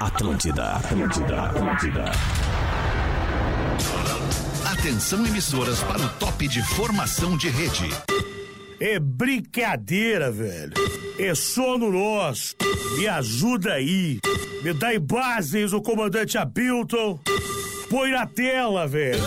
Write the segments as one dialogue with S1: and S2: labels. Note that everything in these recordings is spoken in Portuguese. S1: Atlântida, Atlântida, Atlântida.
S2: Atenção emissoras para o top de formação de rede.
S3: É brincadeira, velho. É sono nosso. Me ajuda aí. Me dá em bases o comandante Abilton. Põe na tela, velho.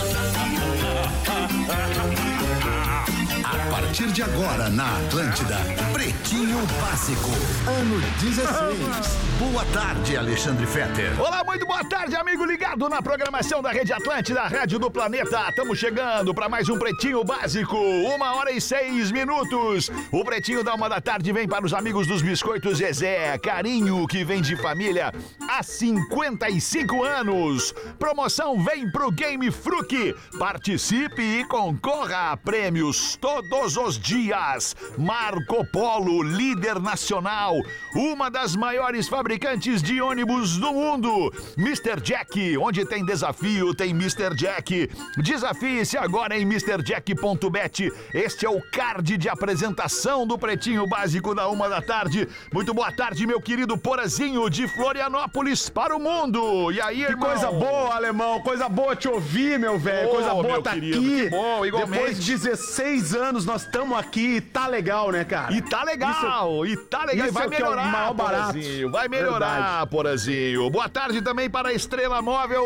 S2: A partir de agora na Atlântida, Pretinho Básico, ano 16. Boa tarde, Alexandre Fetter.
S4: Olá, muito boa tarde, amigo ligado na programação da Rede Atlântida, Rádio do Planeta. Estamos chegando para mais um Pretinho Básico, uma hora e seis minutos. O Pretinho da Uma da Tarde vem para os amigos dos Biscoitos Zezé, carinho que vem de família há 55 anos. Promoção vem pro Game Fruc. Participe e concorra a prêmios todos os dias. Marco Polo, líder nacional, uma das maiores fabricantes de ônibus do mundo. Mr. Jack, onde tem desafio, tem Mr. Jack. Desafie-se agora em MrJack.bet. Este é o card de apresentação do Pretinho Básico da Uma da Tarde. Muito boa tarde, meu querido Porazinho de Florianópolis para o mundo. E aí,
S5: Que
S4: irmão?
S5: coisa boa, alemão. Coisa boa te ouvir, meu velho.
S4: Ô,
S5: coisa boa
S4: meu
S5: tá
S4: querido, que
S5: aqui.
S4: bom, igualmente.
S5: Depois de 16 anos, nós estamos aqui e tá legal, né, cara?
S4: E tá legal, e tá legal, e
S5: isso
S4: vai
S5: é o que é o
S4: melhorar,
S5: maior barato.
S4: Porazinho, vai melhorar, Porazinho. Boa tarde também para a Estrela Móvel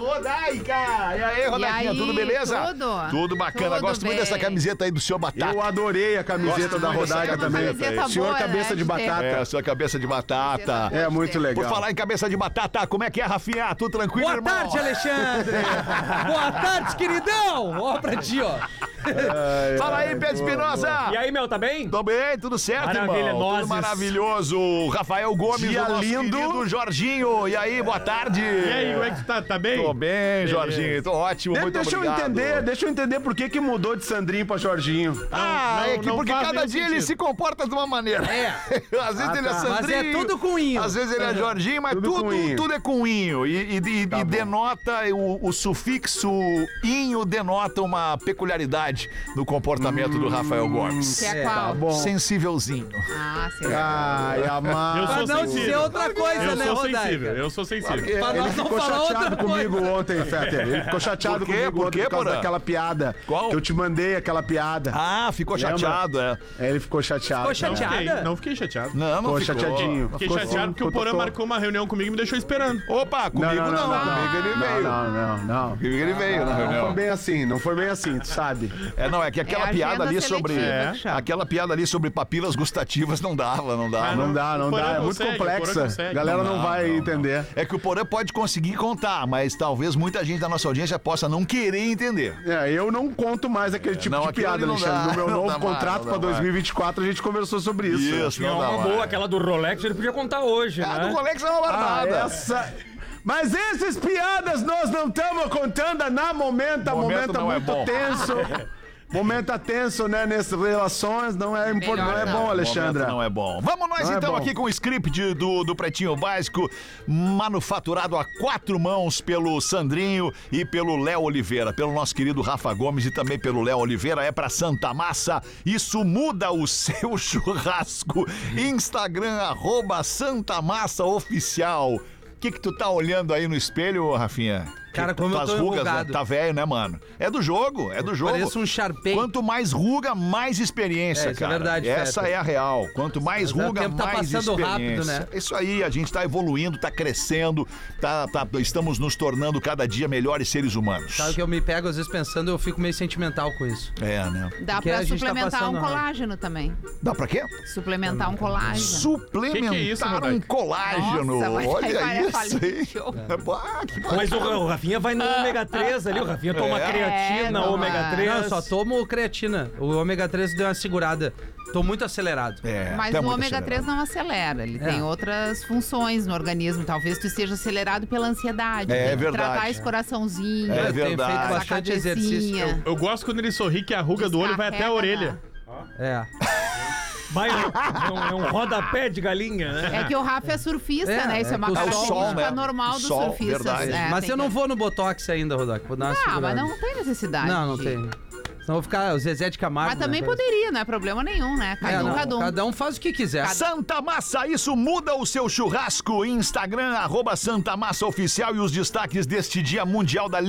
S4: Rodaica. E aí, Rodaiquinha,
S6: aí,
S4: tudo beleza?
S6: tudo?
S4: Tudo bacana,
S6: Tudo
S4: gosto muito
S6: bem.
S4: dessa camiseta aí do senhor Batata.
S5: Eu adorei a
S4: tá. Gosto
S5: camiseta da
S4: muito dessa
S5: Rodaica
S4: camiseta
S5: também.
S4: aí.
S5: velho. Senhor
S6: Boa,
S5: Cabeça
S6: né,
S5: de
S6: de ter.
S5: Batata.
S4: É, sua cabeça de batata.
S6: Camiseta
S5: É, muito legal.
S4: Por falar em cabeça de batata, como é que é, Rafinha? Tudo tranquilo,
S7: Boa
S4: irmão?
S7: tarde, Alexandre! Boa tarde, queridão! Ó pra ti, ó.
S4: Fala aí, Pedro Espinosa.
S7: E aí, meu, tá bem?
S4: Tudo bem, tudo certo,
S7: Maravilha,
S4: irmão? Tudo
S7: nozes.
S4: maravilhoso. Rafael Gomes,
S5: Dia
S4: o nosso
S5: lindo.
S4: querido Jorginho. E aí, boa tarde. E
S7: é que tu tá? Tá bem?
S4: Tô bem, Jorginho. Tô ótimo,
S5: De-
S4: muito
S5: deixa
S4: obrigado.
S5: eu entender, deixa eu entender por que que mudou de Sandrinho pra Jorginho.
S4: Ah,
S7: Não,
S4: é
S7: não,
S4: que
S7: não
S4: porque
S7: faz
S4: cada
S7: nenhum
S4: dia ele
S7: sentido.
S4: se comporta de uma maneira. É. Às vezes ele é
S5: tá.
S4: Sandrinho.
S7: Mas é tudo com inho.
S4: Às vezes ele é Jorginho, mas
S5: Tudo
S4: tudo,
S5: com inho.
S4: tudo é com inho. E, e- e-
S7: Tá
S4: e denota, o, o sufixo inho denota uma peculiaridade no comportamento do Rafael Gomes.
S6: Que é
S7: Tá
S6: qual?
S4: Sensívelzinho.
S6: Ah, sim.
S4: É.
S5: Ai, amado.
S8: Eu
S7: Pra
S8: sou
S7: não
S8: sensível.
S7: dizer outra coisa,
S8: Eu
S7: né,
S8: sou
S7: Rodaica?
S8: sensível, eu sou sensível.
S7: Pra
S5: Ele
S7: nós não
S5: ficou
S7: falar outra
S5: chateado comigo
S7: coisa.
S5: ontem, Fetter. Ele ficou chateado
S4: Por quê?
S5: comigo
S4: Por
S5: ontem
S4: quê,
S5: por causa
S4: Porã?
S5: daquela piada.
S4: Qual?
S5: Que eu te mandei aquela piada.
S4: Ah, ficou
S5: Lembra?
S4: chateado, é.
S5: Aí ele ficou chateado.
S7: Ficou
S8: Não
S7: chateada?
S8: fiquei, não fiquei chateado.
S4: Não, não
S5: Ficou
S4: ficou.
S5: chateadinho.
S8: Fiquei
S5: Ficou
S8: chateado porque
S5: ficou
S8: o Porã
S5: totó.
S8: marcou uma reunião comigo e me deixou esperando.
S4: Opa, comigo não. Ah,
S5: não, não,
S4: Comigo
S5: não,
S4: ele veio.
S5: Não, não, não.
S4: Comigo ele veio na
S5: Não
S4: reunião.
S5: foi bem assim, não foi bem assim, tu sabe.
S4: É, não, é que aquela
S6: É a
S4: piada
S6: agenda
S4: ali
S6: seletiva
S4: sobre.
S6: que
S4: é,
S6: chama.
S4: aquela piada ali sobre papilas gustativas não dava, não
S8: Ah,
S4: dava.
S5: Não
S8: não.
S5: dá, não
S8: O Porã
S5: dá. É muito
S8: consegue, o Porã
S5: complexa.
S8: consegue.
S5: A galera não,
S4: Não,
S5: vai
S4: não,
S5: entender.
S4: É que o Porã pode conseguir contar, mas talvez muita gente da nossa audiência possa não querer entender.
S5: É, eu não conto mais aquele tipo
S4: não,
S5: de
S4: aquilo
S5: piada,
S4: ali não
S5: Alexandre.
S4: dá,
S5: no meu
S4: não
S5: novo
S4: dá mais, não
S5: contrato pra
S4: dá mais.
S5: 2024, a gente conversou sobre isso.
S4: não dá mais.
S7: aquela do Rolex, ele podia contar hoje,
S4: Ah, do Rolex é uma
S5: Ah,
S4: barbada.
S5: essa... Mas essas piadas nós não estamos contando na momenta,
S4: Momento
S5: momento,
S4: não é
S5: muito
S4: bom.
S5: tenso. Momento tenso, né, nessas relações, não é importante, não é
S6: não.
S5: bom,
S4: Alexandre
S5: Alexandra.
S4: Não é bom. Vamos nós
S5: Não é
S4: então
S5: bom.
S4: aqui com o script do, do Pretinho Básico, manufaturado a quatro mãos pelo Sandrinho e pelo Léo Oliveira, pelo nosso querido Rafa Gomes e também pelo Léo Oliveira. É pra Santa Massa. Isso muda o seu churrasco. Instagram, arroba Santa Massa Oficial. O que, que tu tá olhando aí no espelho, Rafinha?
S7: Cara,
S4: Que
S7: como eu
S4: tuas
S7: tô
S4: né?
S7: enrugado.
S4: Tá velho, né, mano? É do jogo, é do jogo.
S7: Pareço um Sharpei.
S4: Quanto mais ruga, mais experiência,
S7: É, isso é
S4: cara.
S7: verdade,
S4: Essa
S7: Feta.
S4: é a real. Quanto mais
S7: Mas é, o
S4: ruga,
S7: tempo tá
S4: mais
S7: passando
S4: experiência.
S7: rápido, né?
S4: Isso aí, a gente tá evoluindo, tá crescendo, tá, tá- estamos nos tornando cada dia melhores seres humanos.
S7: Sabe que eu me pego às vezes pensando, eu fico meio sentimental com isso.
S4: É, né?
S6: Dá
S7: Porque a
S6: pra
S7: gente tá
S6: suplementar
S7: passando
S6: um
S7: a-
S6: colágeno também.
S4: Dá pra quê?
S6: Suplementar um
S7: né?
S6: colágeno.
S4: Suplementar
S8: Que que é isso,
S4: um
S8: Rodaica?
S4: colágeno.
S6: Nossa, mas aí vai
S4: Olha
S6: a
S4: isso, hein?
S6: falição.
S4: Ah, que
S9: Mas o, o Rafinha vai no ômega 3 ali, o Rafinha toma
S4: É.
S9: creatina,
S6: É, toma.
S9: ômega 3.
S7: Não, eu só tomo creatina. O ômega 3 deu uma segurada. Tô muito acelerado.
S4: É,
S6: Mas
S4: tu é
S6: o
S4: muito
S6: ômega 3
S4: acelerado.
S6: não acelera, ele
S7: É.
S6: tem outras funções no organismo. Talvez tu esteja acelerado pela ansiedade.
S4: É,
S6: tem
S4: é
S6: que
S4: verdade.
S6: Tratar esse coraçãozinho.
S4: É
S7: eu tenho
S4: verdade.
S7: feito
S6: essa
S7: bastante
S6: cabecinha.
S7: exercício.
S8: Eu gosto quando ele sorri que a ruga do olho vai até a orelha.
S7: É.
S9: Vai, é um, é um rodapé de galinha, né?
S6: É que o Rafa é surfista,
S7: É,
S6: né? Isso é,
S7: é
S6: uma
S7: que o sol,
S6: característica
S4: né?
S6: normal
S4: O
S6: dos
S4: sol,
S6: surfistas.
S4: verdade.
S6: É,
S7: Mas
S6: tem
S7: eu não
S6: que-
S7: vou no Botox ainda, Rodak. Vou dar uma
S6: Ah,
S7: segurada.
S6: mas não tem necessidade.
S7: Não, não
S6: de-
S7: tem. Senão eu vou ficar o Zezé de Camargo.
S6: Mas também
S7: né?
S6: poderia, não é problema nenhum, né? Cada
S7: É,
S6: um,
S7: não,
S6: cada um.
S7: Cada um faz o que quiser.
S4: Santa Massa, isso muda o seu churrasco. Instagram, arroba Santa Massa Oficial e os destaques deste Dia Mundial da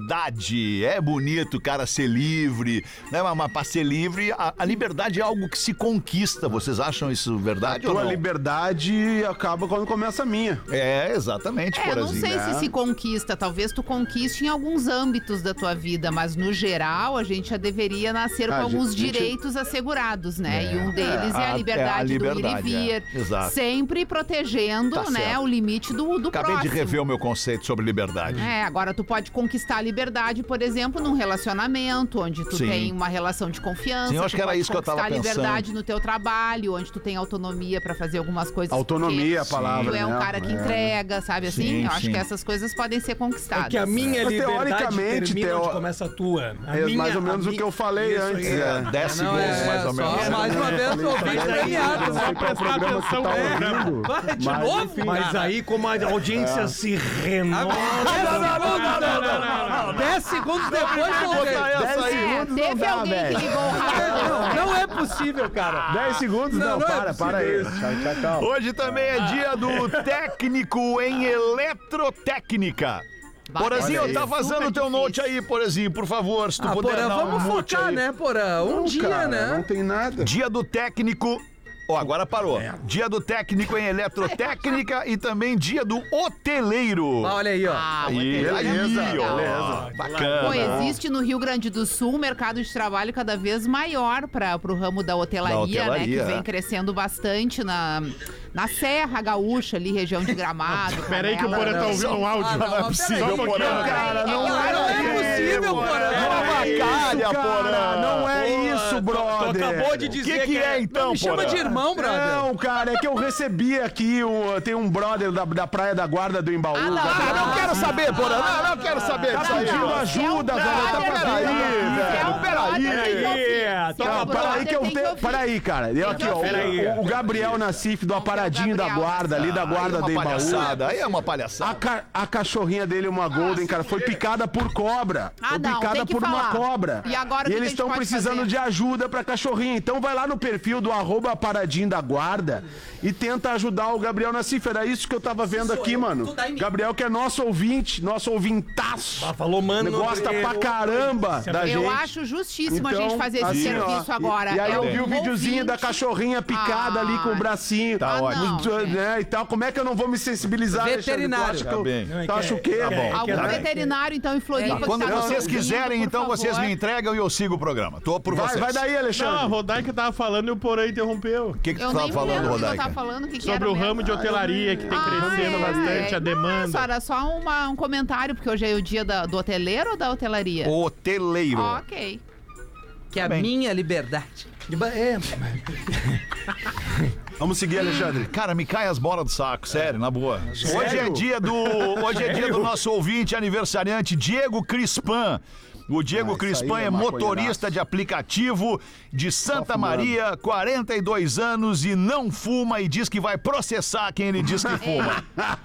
S4: Liberdade. É bonito, cara, ser livre. Né? Mas, mas pra ser livre, a, a liberdade é algo que se conquista. Vocês acham isso verdade ou
S5: Tua
S4: não?
S5: liberdade acaba quando começa a minha.
S4: É, exatamente,
S6: É, não
S4: Porazinho.
S6: sei se se conquista, talvez tu conquiste em alguns âmbitos da tua vida, mas no geral a gente já deveria nascer
S5: Ah,
S6: com
S5: gente,
S6: alguns
S5: gente-
S6: direitos assegurados, né? e um deles é,
S4: é
S6: a
S4: a
S6: liberdade
S4: liberdade,
S6: do ir e vir,
S4: é. Exato.
S6: sempre protegendo,
S4: Tá
S6: né,
S4: certo.
S6: o limite do do
S4: Acabei de
S6: próximo.
S4: rever o meu conceito sobre liberdade.
S6: É, agora tu pode conquistar a liberdade, por exemplo, num relacionamento, onde tu
S4: Sim.
S6: tem uma relação de confiança.
S4: Sim, eu acho
S6: tu
S4: que era
S6: pode
S4: isso que eu tava
S6: conquistar a liberdade
S4: pensando.
S6: no teu trabalho, onde tu tem autonomia pra fazer algumas coisas.
S5: Autonomia é a
S6: porque
S5: palavra,
S6: Tu é um
S5: né?
S6: cara que
S5: É.
S6: entrega, sabe assim?
S4: Sim,
S6: eu acho
S4: sim.
S6: que essas coisas podem ser conquistadas.
S9: É que a minha
S5: Mas,
S9: liberdade
S5: teoricamente,
S9: termina
S5: teo-
S9: onde começa a tua. A
S5: É
S9: minha-
S5: mais ou
S9: a
S5: menos o
S9: mi-
S5: que eu falei
S9: Isso
S5: antes.
S9: aí.
S5: é.
S4: Dez
S7: Não,
S4: segundos,
S7: é,
S4: mais ou
S7: só
S4: menos.
S7: mais uma vez, o ouvinte premiado. né?
S5: Não sei qual programa que tu
S8: né?
S5: tá ouvindo.
S7: Vai, de
S5: mas,
S7: novo,
S5: enfim,
S9: Mas aí, como a audiência se renova.
S7: Dez segundos depois, voltei.
S5: Dez
S6: É,
S5: segundos não
S6: teve
S5: dá,
S6: alguém que
S5: velho.
S6: ligou o rádio.
S7: Não, não é possível, cara.
S5: 10 segundos?
S7: Não,
S5: Ah. Não,
S7: não é
S5: para, para aí. Tchau, tchau, tchau.
S4: Hoje também é dia do técnico em eletrotécnica.
S6: Bah,
S4: Porazinho,
S6: olha
S4: tá
S6: aí.
S4: vazando o
S6: Super
S4: teu note
S6: difícil.
S4: aí, Porazinho, por favor, se tu
S7: Ah,
S4: puder
S7: Porã,
S4: dar um
S7: vamos
S4: mute
S7: focar,
S4: aí.
S7: né, Porã? Um dia,
S5: Cara, Não
S7: né?
S5: tem nada.
S4: Dia do técnico. Ó, agora parou. Dia do técnico em eletrotécnica e também dia do hoteleiro.
S7: Ah, olha aí, ó.
S6: Ah,
S4: Aí,
S6: botei-
S4: beleza,
S6: Legal.
S4: beleza.
S6: Pô,
S4: Bacana.
S6: existe no Rio Grande do Sul um mercado de trabalho cada vez maior para o ramo da hotelaria,
S4: Da hotelaria,
S6: né? Que
S4: é.
S6: vem crescendo bastante na, na Serra Gaúcha, ali, região de Gramado.
S8: Pera aí que o Porã tá
S6: Canela.
S8: ouvindo um áudio.
S3: é
S7: Ah, não, mas peraí,
S8: Só um pouquinho.
S7: cara.
S4: Cara,
S6: não
S7: é, possível, Porã.
S4: Bacalha, Porã.
S5: é Não é isso, brother.
S9: Tu acabou de
S4: O que,
S9: dizer
S4: que é então,
S7: Me chama
S4: Porã?
S7: de irmão, brother.
S5: Não, cara, é que eu recebi aqui um. Tem um brother da, da Praia da Guarda do Embaú.
S6: Ah, não,
S5: cara.
S4: Ah, não quero saber, Porã. Não, não quero saber
S5: Tá
S4: disso aí.
S5: pedindo
S4: ó.
S5: ajuda, velho. Tá
S4: peraí,
S5: pedindo.
S4: velho. Peraí,
S9: peraí.
S5: Não, peraí tá, que eu tenho. Peraí, cara. Eu aqui, ó. O, o Gabriel Nassif do Aparadinho da Guarda, ali da Guarda do
S4: aí é uma
S5: Embaú.
S4: palhaçada, aí é uma
S5: A,
S4: palhaçada.
S5: ca- a cachorrinha dele, uma Golden, cara, foi picada por cobra.
S6: Ah,
S5: foi
S6: não,
S5: picada
S6: tem que
S5: por
S6: falar.
S5: uma cobra.
S6: E agora o que que a
S5: eles
S6: gente
S5: estão
S6: pode
S5: precisando
S6: fazer?
S5: de ajuda pra cachorrinha. Então vai lá no perfil do arroba paradinho da guarda e tenta ajudar o Gabriel Nassif. Era isso que eu tava vendo aqui, mano. Gabriel, que é nosso ouvinte, nosso ouvintaço.
S9: Ah, falou, mano.
S5: Gosta
S9: eu-
S5: pra caramba da gente.
S6: Eu acho justíssimo a gente fazer esse
S5: assim, ó,
S6: serviço agora.
S5: E, e aí
S6: É
S5: eu
S6: um
S5: vi o videozinho da
S6: ouvinte.
S5: cachorrinha picada ali com o
S6: Ah,
S5: bracinho.
S6: Tá ah, ótimo. não,
S5: Muito,
S6: gente.
S5: né, e tal. Como é que eu não vou me sensibilizar, Alexandre? Tu
S7: Veterinário.
S5: acha que
S4: Tá
S5: eu-
S4: bem.
S9: Não, é
S5: Tu
S9: que
S5: acha
S9: é-
S5: o quê,
S9: que é-
S5: bom?
S6: Algum
S4: Tá bem.
S6: veterinário, então, em Floripa. que
S4: Quando
S6: tá nos
S4: vocês
S6: ouvindo,
S4: quiserem,
S6: por
S4: então
S6: favor.
S4: vocês me entregam e eu sigo o programa. Tô por
S5: Vai,
S4: vocês.
S5: vai daí,
S8: Não, a
S5: Alexandre.
S8: Rodaica tava falando e o Porã interrompeu.
S4: O que, que
S6: Eu
S4: tu
S6: nem
S4: tava
S6: me
S4: falando,
S6: lembro o que eu
S4: Rodaica?
S6: tava falando. que que
S8: Sobre
S6: era
S8: o
S6: mesmo.
S8: ramo de hotelaria que tem
S6: Ah,
S8: crescendo
S6: é,
S8: bastante,
S6: é.
S8: a
S6: Nossa,
S8: demanda.
S6: era só uma- um comentário, porque hoje é o dia da- do hoteleiro ou da hotelaria?
S4: Hoteleiro.
S6: Ok.
S7: Que é a minha liberdade.
S5: Vamos seguir, Alexandre.
S4: Cara, me cai as bolas do saco, sério, na boa. Hoje é dia do, hoje é dia do nosso ouvinte aniversariante Diego Crispan. O Diego
S5: Ah, isso aí
S4: Crispan
S5: é
S4: é motorista
S5: maconheiraço.
S4: de aplicativo de Santa
S5: fumando.
S4: Maria, 42 anos e não fuma e diz que vai processar quem ele diz que fuma.
S8: Tá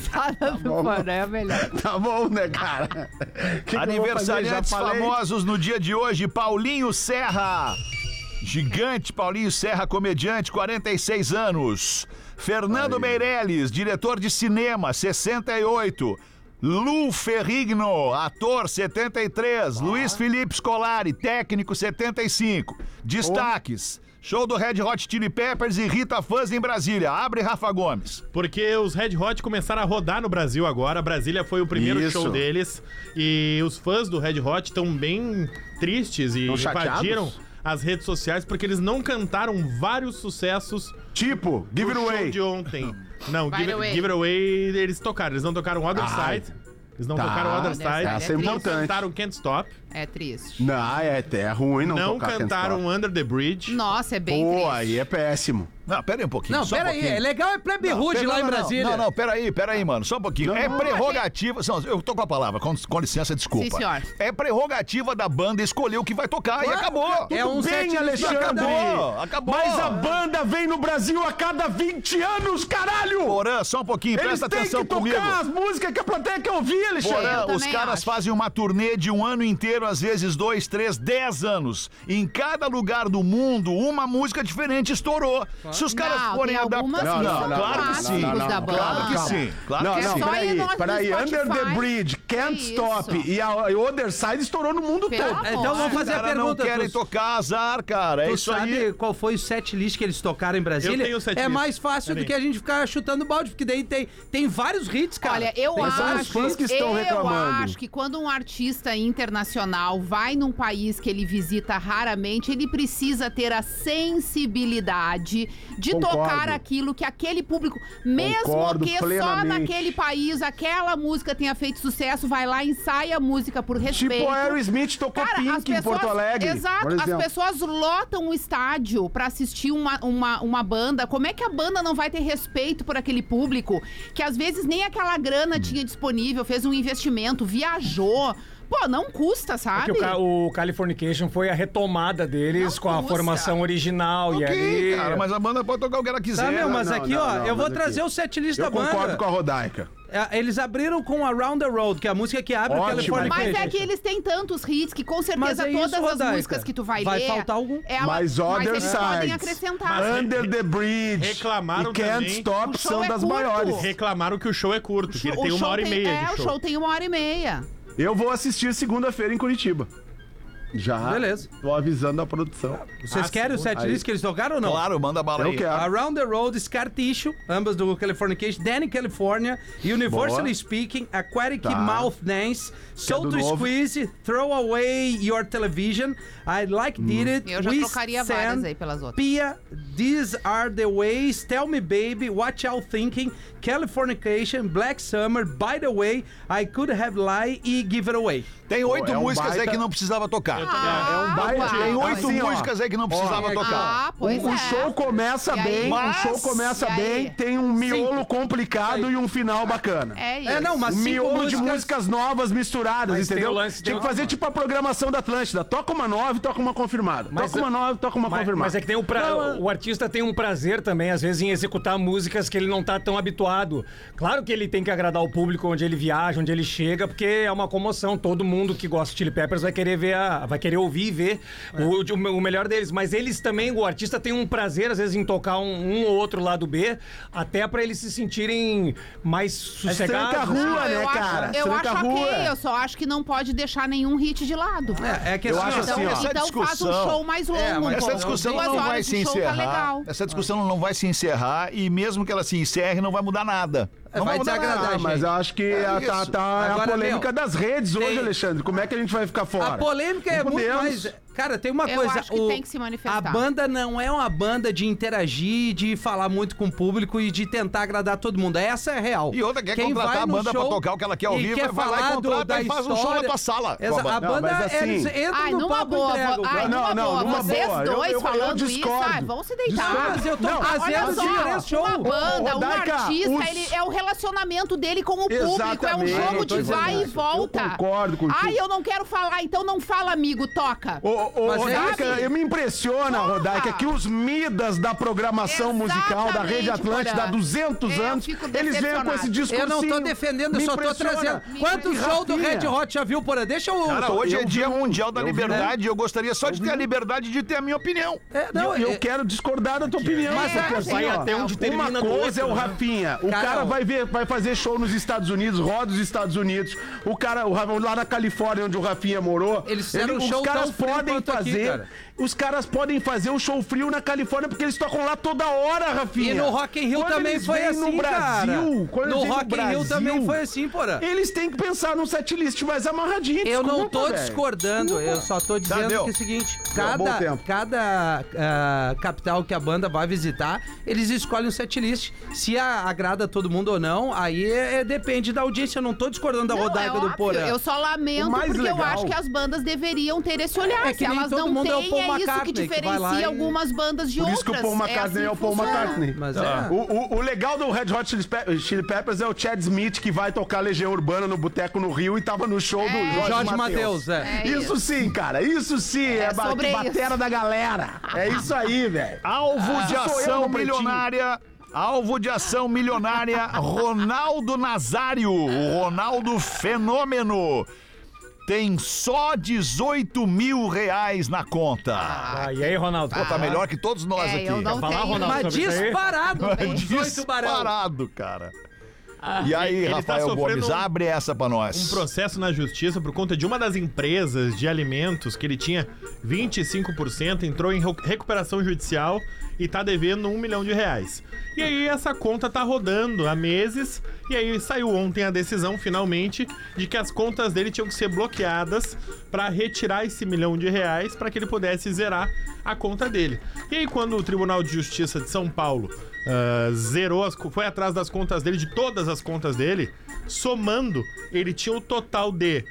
S6: Fala pro Porã, é melhor.
S5: Tá bom, né, cara? Que que eu vou fazer?
S4: Aniversariantes
S5: Já falei.
S4: famosos no dia de hoje, Paulinho Serra. Gigante Paulinho Serra, comediante, 46 anos. Fernando Meirelles, diretor de cinema, 68. Lu Ferrigno, ator, 73. Luiz Felipe Scolari, técnico, 75. Destaques. Show do Red Hot Chili Peppers e Rita Fãs em Brasília. Abre Rafa Gomes.
S8: Porque os Red Hot começaram a rodar no Brasil agora. Brasília foi o primeiro
S5: Isso.
S8: show deles. E os fãs do Red Hot estão bem tristes e
S5: Tão chateados?
S8: invadiram as redes sociais porque eles não cantaram vários sucessos
S5: Tipo, give it
S8: do show
S5: away.
S8: de ontem. Não,
S6: By
S8: give,
S6: the
S8: it-
S6: way.
S8: give It Away eles tocaram. Eles não tocaram Other Side. Eles não
S5: Tá.
S8: tocaram Other Side.
S6: Essa é
S5: Essa é
S6: triste.
S8: não
S5: importante.
S8: cantaram Can't Stop.
S6: É triste.
S5: Não, é, é ruim não,
S8: Não
S5: tocar Can't
S8: cantaram
S5: Stop.
S8: Under the Bridge.
S6: Nossa, é bem
S5: Pô,
S6: triste.
S5: aí é péssimo.
S4: Não, pera aí um pouquinho.
S7: Não,
S4: só um
S7: pera aí.
S4: pouquinho.
S7: É legal, é plebe rude
S4: Pera-
S7: lá
S4: não,
S7: em
S4: não,
S7: Brasília.
S4: Não, não, peraí, peraí, mano, só um pouquinho. é prerrogativa. São- Eu tô com a palavra, com, com licença, desculpa.
S6: Sim, senhor.
S4: É prerrogativa da banda escolher o que vai tocar e
S7: Claro,
S4: acabou.
S7: é um
S5: Bem,
S7: sete
S5: Alexandre!
S4: Acabou, acabou.
S5: Mas a banda vem no Brasil a cada 20 anos, caralho!
S4: Porã, só um pouquinho,
S5: Eles
S4: presta
S5: têm que
S4: atenção
S5: tocar
S4: comigo.
S5: as músicas que a plateia quer ouvir, Alexandre!
S4: Porã,
S6: Eu
S4: os
S6: também
S4: caras
S6: acho.
S4: fazem uma turnê de um ano inteiro primeiro, às vezes dois, três, dez anos. Em cada lugar do mundo, uma música diferente estourou. Se os caras
S6: Não,
S4: forem
S6: tem algumas
S4: adaptar.
S6: que
S5: são
S4: claro que
S5: clássicos
S4: sim.
S5: da
S4: Claro que
S5: banda.
S4: sim. Claro
S5: Não,
S4: que
S5: não,
S4: sim.
S6: só ir
S5: peraí,
S6: no- no
S5: peraí. Under the
S6: Spotify.
S5: Bridge, Can't
S6: Que
S5: Stop.
S6: isso?
S5: E a e Other Side estourou no mundo
S6: Pelo
S5: todo.
S6: amor
S7: Então vamos
S4: Os
S7: fazer a
S4: caras não
S7: pergunta.
S4: querem
S7: tu-
S4: tocar azar, cara. É
S7: Tu
S4: isso
S7: sabe
S4: aí.
S7: qual foi o set list que eles tocaram em Brasília?
S8: Eu tenho o set
S7: é
S8: list.
S7: mais fácil do
S8: Peraí.
S7: que a gente ficar chutando balde, porque daí tem, tem vários hits, cara.
S6: Olha, eu
S7: tem vários
S6: acho,
S5: os fãs que estão
S6: eu
S5: reclamando.
S6: acho que quando um artista internacional vai num país que ele visita raramente, ele precisa ter a sensibilidade de
S5: Concordo.
S6: tocar aquilo que aquele público, mesmo
S5: Concordo
S6: que só
S5: plenamente.
S6: naquele país aquela música tenha feito sucesso, vai lá ensaia a música por respeito.
S5: Tipo, Aerosmith tocou
S6: Cara, as
S5: Pink em
S6: pessoas,
S5: Porto Alegre.
S6: Exato,
S5: por exemplo.
S6: as pessoas lotam o estádio pra assistir uma, uma, uma banda. Como é que a banda não vai ter respeito por aquele público que às vezes nem aquela grana tinha disponível, fez um investimento, viajou? Pô, não custa, sabe?
S9: Que o, ca- o Californication foi a retomada deles
S6: Não
S9: com a
S6: custa.
S9: formação original e
S4: Ok,
S9: aí.
S4: cara, mas a banda pode tocar o que ela quiser. né?
S7: Tá, meu, mas
S5: é, não,
S7: aqui,
S5: não,
S7: ó,
S5: não,
S7: eu vou
S5: mas aqui.
S7: trazer o set list da
S5: Eu
S7: banda.
S5: concordo com a Rodaica.
S7: É, Eles abriram com Around the Road, que é a música que abre
S5: Ótimo.
S7: o telefone.
S6: Mas é que eles têm tantos hits que com
S7: Mas
S6: certeza
S7: é isso,
S6: todas
S7: Rodaica.
S6: as músicas que tu vai,
S7: Vai
S6: ler.
S7: faltar algum?
S6: ela-
S5: Mas
S6: mas
S5: Other
S6: eles podem
S5: Sides,
S6: acrescentar.
S5: Under the Bridge
S8: reclamaram
S5: e Can't
S8: também.
S5: Stop
S6: O show
S5: são
S6: é
S5: das
S6: curto.
S5: maiores.
S8: Reclamaram que o show é curto, que ele tem uma hora e meia
S6: É,
S8: de
S6: o
S8: show.
S6: show tem uma hora e meia.
S5: Eu vou assistir segunda-feira em Curitiba. Já.
S7: Beleza.
S5: Tô avisando a produção.
S8: Ah,
S7: Vocês querem o set
S5: Ah, aí.
S7: list que eles tocaram ou não?
S4: Claro, manda bala
S5: Eu
S4: aí.
S5: quero.
S7: Around the Road, Scar Tissue, ambas do Californication, Danny California, Universally
S5: Boa.
S7: Speaking, Aquatic
S5: Tá.
S7: Mouth Dance, Soul
S5: do
S7: to
S5: novo.
S7: Squeeze, Throw Away Your Television, I Like
S5: Hum.
S7: Did It,
S6: Eu já
S7: We
S6: trocaria várias
S7: Stand,
S6: aí pelas outras.
S7: Pia, These Are The Ways, Tell Me Baby, Watch Out Thinking, Californication, Black Summer, By The Way, I Could Have Lie e Give It Away.
S4: Tem oito
S5: é um
S4: músicas aí
S5: baita-
S4: que não precisava tocar.
S6: Ah,
S5: baita-
S6: vai.
S4: Tem oito
S5: Assim, ó.
S4: músicas aí que não precisava tocar.
S6: Ah, pois
S5: o,
S6: é.
S5: o Um show começa
S6: E aí?
S5: bem,
S6: Mas-
S5: o show começa
S6: E aí?
S5: bem, tem um miolo complicado e um final bacana.
S6: É isso.
S7: É, não, mas
S5: Um
S7: cinco
S5: miolo de
S7: músicas-
S5: músicas novas misturadas,
S9: Mas tem
S5: entendeu?
S9: o lance-
S5: Tinha
S9: tem
S5: que
S9: o-
S5: fazer tipo a programação da Atlântida. Toca uma nova e toca uma confirmada.
S9: Mas-
S5: toca uma nova e toca uma
S9: Mas,
S5: confirmada.
S9: mas é que tem o, pra-
S5: Não,
S9: o artista tem um prazer também, às vezes, em executar músicas que ele não tá tão habituado. Claro que ele tem que agradar o público onde ele viaja, onde ele chega, porque é uma comoção. Todo mundo que gosta de Chili Peppers vai querer ver, a- vai querer ouvir e ver
S5: É.
S9: o, de- o melhor deles. Mas eles também, o artista tem um prazer, às vezes, em tocar um, um ou outro lado B, até pra eles se sentirem mais sossegados.
S5: tranca É a rua,
S6: Não, eu
S5: né,
S6: acho-
S5: cara?
S6: Eu
S5: Tranca a
S6: acho
S5: rua.
S6: ok, eu só acho que não pode deixar nenhum hit de lado.
S7: É, é que
S5: Eu
S7: assim,
S5: acho
S7: ó,
S5: assim, ó.
S6: então então faz um
S4: discussão-
S6: show mais longo.
S7: É,
S6: um
S7: mas
S4: Essa
S6: pouco.
S4: discussão
S6: Duas
S4: não
S6: horas
S4: vai
S6: de
S4: se
S6: show tá
S4: encerrar.
S6: legal.
S4: Essa discussão não vai se encerrar e mesmo que ela se encerre, não vai mudar nada. Não vai
S7: vai
S4: mudar
S9: tá
S7: desagradar,
S5: Ah,
S4: nada.
S7: gente.
S5: mas eu acho que a,
S4: isso.
S5: tá, tá
S7: É Agora,
S5: a polêmica
S7: meu,
S5: das redes hoje,
S7: tem-
S5: Alexandre. Como é que a gente vai ficar fora?
S7: A polêmica é
S5: Não
S7: muito
S5: podemos.
S7: mais. Cara, tem uma
S6: Eu
S7: coisa.
S6: acho que tem que se manifestar.
S7: A banda não é uma banda de interagir, de falar muito com o público e de tentar agradar todo mundo. Essa é a real.
S4: E outra, quer
S7: Quem
S4: contratar
S7: vai
S4: a
S7: no
S4: banda pra
S7: show
S4: tocar o que ela quer ao
S7: e
S4: vivo,
S7: quer
S4: vai lá e
S7: falar do-
S4: contrata
S7: da
S4: e faz um show
S7: história.
S4: na tua sala com a
S7: Exa- a
S4: banda.
S5: Não,
S7: banda, é-
S5: mas assim-
S7: eles entram
S6: Ai,
S7: no
S6: numa
S7: papo e
S6: boa.
S7: entregam.
S6: vou- Ai,
S5: Não,
S6: numa
S5: não,
S6: boa.
S5: numa
S6: Vocês
S5: boa. Eu-
S6: dois
S5: eu- eu
S6: falando isso,
S5: discordo.
S6: ai, vão se deitar.
S5: Discordo.
S7: Tá, Mas eu tô
S5: Não,
S6: Olha
S7: fazendo
S5: mas
S6: só,
S5: assim, ó,
S7: três shows.
S6: uma banda,
S5: Rodaica,
S6: um artista,
S5: os-
S6: ele, é o relacionamento dele com o público, é um
S5: Exatamente.
S6: jogo
S7: Eu tô
S6: de vai e
S7: dizendo,
S6: volta.
S5: eu concordo contigo.
S6: Ai, eu não quero falar, então não fala, amigo, toca.
S5: Ô, ô,
S7: Mas é
S5: Rodaica,
S6: assim.
S5: eu me impressiona,
S6: Porra!
S5: Rodaica, que os Midas da programação musical da Rede
S6: Exatamente,
S5: Atlântida
S6: Porã.
S5: há 200
S6: Eu
S5: anos,
S6: fico
S5: eles vêm com
S6: decepcionada.
S5: esse discurso.
S7: Eu não tô defendendo, eu só tô trazendo. Quantos shows do Red Hot já viu, porra? Deixa eu.
S4: Cara, hoje
S5: eu
S4: é dia
S5: vi um-
S4: mundial da
S5: eu vi um-
S4: liberdade e eu gostaria só de ter a liberdade de ter a minha opinião.
S7: É,
S5: Não,
S7: não,
S5: eu
S7: é-
S5: quero discordar da tua opinião,
S6: Mas
S5: porque
S6: é,
S5: assim,
S6: vai
S5: ó,
S6: até onde
S5: uma
S9: termina no
S5: coisa é o
S9: outro, né?
S5: Rafinha, o
S7: Cara,
S5: cara
S7: ó.
S5: vai ver, vai fazer show nos Estados Unidos, roda os Estados Unidos, o cara o Ra- lá na Califórnia onde o Rafinha morou,
S7: Eles fizeram
S5: ele-
S7: um show
S5: os caras
S7: tão frio
S5: podem
S7: quanto aqui,
S5: fazer,
S7: cara.
S5: os caras podem fazer um show frio na Califórnia porque eles tocam lá toda hora, Rafinha.
S7: E no Rock in Rio
S5: Quando
S7: também
S5: eles
S7: foi
S5: vêm
S7: assim,
S5: no Brasil,
S7: cara.
S5: quando
S7: No
S5: eles vêm
S7: Rock in Rio
S5: Brasil,
S7: também foi assim, porra.
S5: Eles têm que pensar num setlist mais amarradinho.
S7: Eu não
S5: desculpa,
S7: tô
S5: velho. Tá,
S7: discordando, eu só tô dizendo
S4: deu.
S7: que é o seguinte:
S5: bom
S7: cada,
S5: tempo.
S7: cada ah, capital que a banda vai visitar, eles escolhem um setlist. Se a- agrada todo mundo ou não, aí é- é- depende da audiência. Eu não tô discordando da
S6: Não, é
S7: rodaica do
S6: óbvio,
S7: Porã.
S6: Eu só lamento
S5: O mais
S6: porque eu
S5: legal-
S6: acho que as bandas deveriam ter esse olhar.
S7: É que
S6: Se
S7: nem
S6: elas
S7: todo
S6: não
S7: mundo
S6: têm,
S7: é o
S6: é,
S7: Paul
S6: isso que
S7: McCartney, que vai lá
S6: diferencia
S7: e-
S6: algumas bandas de
S5: Por
S6: outras.
S5: isso que o Paul McCartney é,
S6: assim
S5: o
S6: que
S5: Paul
S6: funciona.
S5: Mccartney. Tá.
S7: Mas é.
S5: O, o- o legal do Red Hot Chili Pe- Chili Peppers é o Chad Smith que vai tocar Legião Urbana no Boteco no Rio e tava no show do Jorge,
S7: Jorge
S5: Mateus.
S7: Matheus, é.
S6: É
S5: Isso sim, cara. Isso sim é,
S6: É
S5: a ba-
S6: sobre
S5: batera da galera. É isso aí, velho.
S4: Alvo de
S5: sou eu,
S4: ação
S5: meu pretinho.
S4: milionária. Alvo de ação milionária, Ronaldo Nazário, o Ronaldo Fenômeno. tem só 18 mil reais na conta.
S9: Ah, e aí, Ronaldo?
S4: Pô, tá melhor que todos nós
S6: É,
S4: aqui.
S6: eu não
S9: Fala,
S6: tenho.
S9: Ronaldo.
S7: Mas
S9: sobre isso aí?
S7: disparado,
S6: bem.
S7: 18 barão.
S4: Disparado, cara. E aí,
S8: ele tá
S4: Rafael
S8: sofrendo
S4: Gomes,
S8: um-
S4: abre essa pra
S8: um
S4: nós.
S8: processo na justiça por conta de uma das empresas de alimentos que ele tinha 25%, entrou em recu- recuperação judicial e tá devendo um milhão de reais. E aí essa conta tá rodando há meses, e aí saiu ontem a decisão, finalmente, de que as contas dele tinham que ser bloqueadas para retirar esse milhão de reais para que ele pudesse zerar a conta dele. E aí quando o Tribunal de Justiça de São Paulo ah, zerou, as, co- foi atrás das contas dele, de todas as contas dele, somando, ele tinha o total de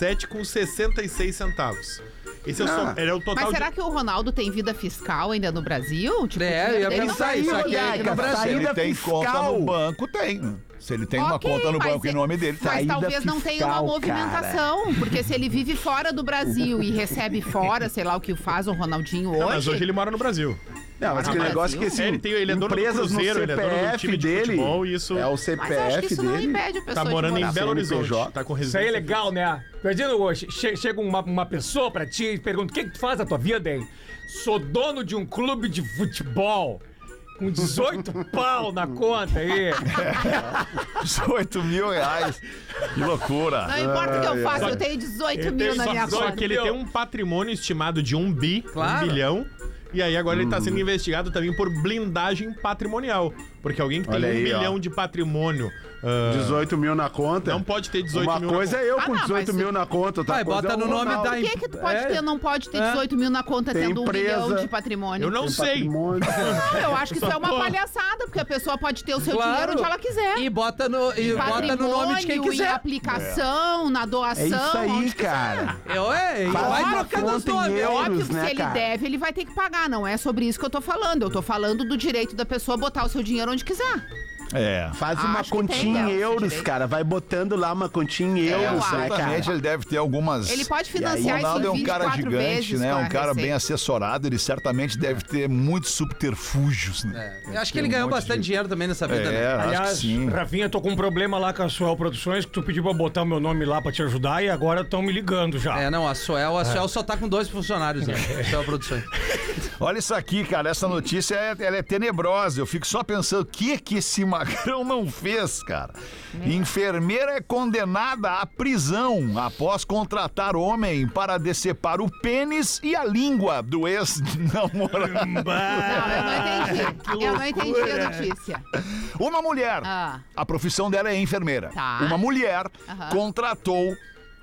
S8: 18.497,66 centavos. Esse é o, som, ele é o total
S6: Mas
S8: de-
S6: será que o Ronaldo tem vida fiscal ainda no Brasil? Tipo, o
S7: É, eu
S6: dinheiro
S7: ia
S6: dele não
S7: pensar
S6: vai
S7: isso é
S6: pro
S7: aqui,
S6: lugar
S7: cara.
S6: nenhum.
S7: Pra
S4: Se ele
S5: saída
S4: tem conta
S5: fiscal.
S4: no banco, tem. Se ele tem uma
S6: Ok,
S4: conta no
S6: mas
S4: banco em
S6: é-
S4: nome dele, tá.
S6: Mas
S5: Saída
S6: talvez não tenha uma
S5: fiscal,
S6: movimentação, porque se ele vive fora do Brasil e recebe fora, sei lá o que faz o Ronaldinho hoje.
S8: Não, Ah, mas hoje ele mora no Brasil.
S5: Não, mas aquele
S6: Ah,
S5: negócio que
S6: Brasil?
S5: assim,
S8: É, ele, tem, ele é dono do
S5: empresas
S8: Cruzeiro, ele
S5: no
S8: é dono do
S5: CPF
S8: time de
S5: dele.
S8: futebol e isso
S5: É o
S6: Mas acho que
S5: CPF
S6: isso não
S5: dele.
S6: impede a pessoa
S8: tá
S6: de
S8: morando em
S6: morar.
S8: Belo Horizonte,
S5: CNPJ.
S8: tá com
S9: Isso
S8: residência.
S9: aí é legal, né? Imagina hoje, che- chega uma, uma pessoa pra ti e pergunta: o que, que tu faz da tua vida, hein? Sou dono de um clube de futebol. Com 18 pau na conta aí.
S4: 18 mil reais. Que loucura.
S6: Não importa o que eu faça,
S8: só-
S6: eu tenho 18
S8: Ele
S6: mil
S8: tem-
S6: na
S8: só-
S6: minha
S8: só,
S6: conta.
S8: que ele tem um patrimônio estimado de um bi,
S7: Claro.
S8: um bilhão. E aí agora ele tá sendo investigado também por blindagem patrimonial. Porque alguém que tem
S5: Olha
S8: um
S5: aí, ó.
S8: bilhão de patrimônio. ah,
S5: 18 mil na conta.
S8: Não pode ter 18
S5: Uma
S8: mil na
S5: coisa é eu
S6: Ah,
S5: com
S6: não,
S5: 18
S6: mas
S5: mil
S6: se-
S5: na conta. outra
S7: Vai,
S5: coisa
S7: bota
S5: é o
S7: no nome
S5: Ronaldo.
S7: da
S6: Por que, que tu pode
S7: É.
S6: ter, não pode ter
S7: É.
S6: 18 mil na conta
S5: Tem
S6: tendo um
S5: empresa.
S6: bilhão de patrimônio?
S8: Eu não sei.
S5: um Patrimônio.
S6: Não, eu acho que isso é uma palhaçada, porque a pessoa pode ter o seu
S7: Claro.
S6: dinheiro onde ela quiser.
S7: E bota no, e bota no nome de quem
S6: Patrimônio, em
S7: quiser.
S6: aplicação, na doação.
S5: É isso aí,
S6: onde quiser.
S5: cara.
S7: Eu, é, e
S5: Faz
S7: vai
S5: uma
S7: trocando os
S5: conta em
S7: nomes. É
S5: euros,
S6: É Óbvio que
S5: né,
S6: se ele
S5: cara?
S6: deve, ele vai ter que pagar. Não é sobre isso que eu tô falando. Eu tô falando do direito da pessoa botar o seu dinheiro onde quiser.
S4: É.
S5: Faz
S6: Ah, Acho
S5: uma
S6: que
S5: continha
S6: tem,
S5: em
S6: é,
S5: euros,
S6: direito.
S5: cara. Vai botando lá uma continha em
S6: É,
S5: euros, né, cara?
S4: Certamente ele deve ter algumas.
S6: Ele pode
S4: E aí,
S6: financiar isso
S4: Ronaldo
S6: em
S4: é um
S6: 24
S4: cara gigante,
S6: vezes
S4: né?
S6: com a
S4: Um cara bem
S6: receita.
S4: assessorado, ele certamente deve ter muitos subterfúgios, né?
S7: É, eu acho que
S4: Tem
S7: ele
S4: um
S7: ganhou
S4: monte
S7: bastante
S4: de-
S7: dinheel dinheiro também nessa vida,
S4: É,
S7: né?
S4: acho que
S9: Aliás,
S4: sim.
S9: Rafinha, tô com um problema lá com a Suel Produções, que tu pediu pra botar o meu nome lá pra te ajudar e agora estão me ligando já.
S7: É, não, a Suel, a Suel só tá com dois funcionários, né? Suel Produções.
S4: Olha isso aqui, cara. Essa notícia é, ela é tenebrosa. Eu fico só pensando o que é que esse magrão não fez, cara. Enfermeira é condenada à prisão após contratar homem para decepar o pênis e a língua do ex-namorado.
S6: Não, eu não entendi. Eu não entendi a notícia.
S4: Uma mulher.
S6: Ah.
S4: A profissão dela é enfermeira.
S6: Tá.
S4: Uma mulher
S6: Aham.
S4: contratou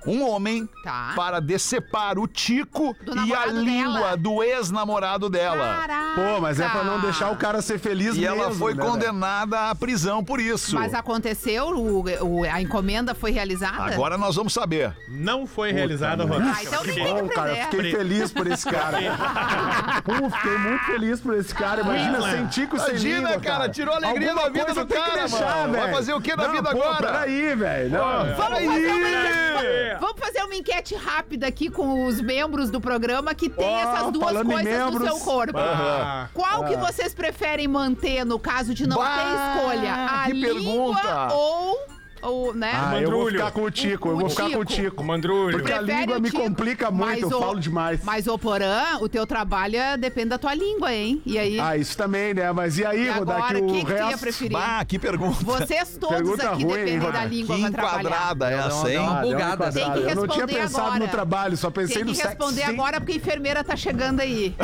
S4: um homem
S6: Tá.
S4: para decepar o tico
S6: Do
S4: e a
S6: namorado
S4: língua
S6: dela.
S4: do ex-namorado dela.
S6: Caraca!
S5: Pô, mas é pra
S6: Ah.
S5: não deixar o cara ser feliz
S4: E
S5: mesmo,
S4: ela foi
S5: né, velho?
S4: condenada à prisão por isso.
S6: Mas aconteceu? O, o- a encomenda foi realizada?
S4: Agora nós vamos saber.
S8: Não foi realizada, Ronaldo.
S6: Ah, então nem tem
S5: Bom,
S6: que
S5: cara, eu
S6: prender.
S5: fiquei feliz por esse cara. Pô, fiquei muito feliz por esse cara. Imagina, sem tico, sem
S4: Imagina,
S5: língua,
S4: cara, tirou a alegria
S5: Alguma
S4: da vida
S5: coisa
S4: do
S5: tem
S4: cara,
S5: que deixar,
S4: mano.
S5: velho.
S4: Vai fazer o quê da
S5: Não,
S4: vida
S5: pô,
S4: agora?
S5: Peraí, velho. Não.
S4: Peraí!
S6: Vamos fazer, uma enquete, vamos fazer uma enquete rápida aqui com os membros do programa que tem
S5: Ó,
S6: essas duas
S5: falando em
S6: coisas no
S5: membros.
S6: seu corpo.
S8: Ah,
S6: Qual que vocês preferem manter no caso de não
S4: Bah,
S6: ter escolha? A
S4: que
S6: língua
S4: pergunta.
S6: ou, ou né?
S5: Ah, eu vou
S9: Mandrulho.
S5: ficar com o Tico, eu
S6: O
S5: vou ficar com o
S6: Tico.
S5: Tico.
S9: Mandrulho.
S5: Porque a
S6: Prefere
S5: língua
S6: o
S5: me
S6: tico,
S5: complica
S6: mas
S5: muito, eu
S6: o-
S5: falo demais.
S6: Mas, ô Porã, o teu trabalho é- depende da tua língua, hein? E aí,
S5: Ah, isso também, né? Mas e aí,
S6: e
S5: Rodar, que
S6: agora,
S5: o
S6: o que, que tu ia
S5: resto...
S6: preferir?
S4: Ah, que pergunta.
S6: Vocês todos
S5: Pergunta
S6: aqui
S5: ruim, hein,
S6: dependem da
S5: Rodar?
S6: é língua
S4: que
S6: pra trabalhar.
S4: enquadrada essa,
S7: Deu uma
S4: hein?
S5: Ah, deu uma
S7: bugada.
S5: enquadrada.
S6: Tem que
S5: eu não tinha
S6: responder
S5: pensado
S6: agora.
S5: no trabalho, só pensei
S6: Tem
S5: no
S6: que
S5: sexo.
S6: responder
S5: Sim.
S6: agora porque a enfermeira tá chegando aí.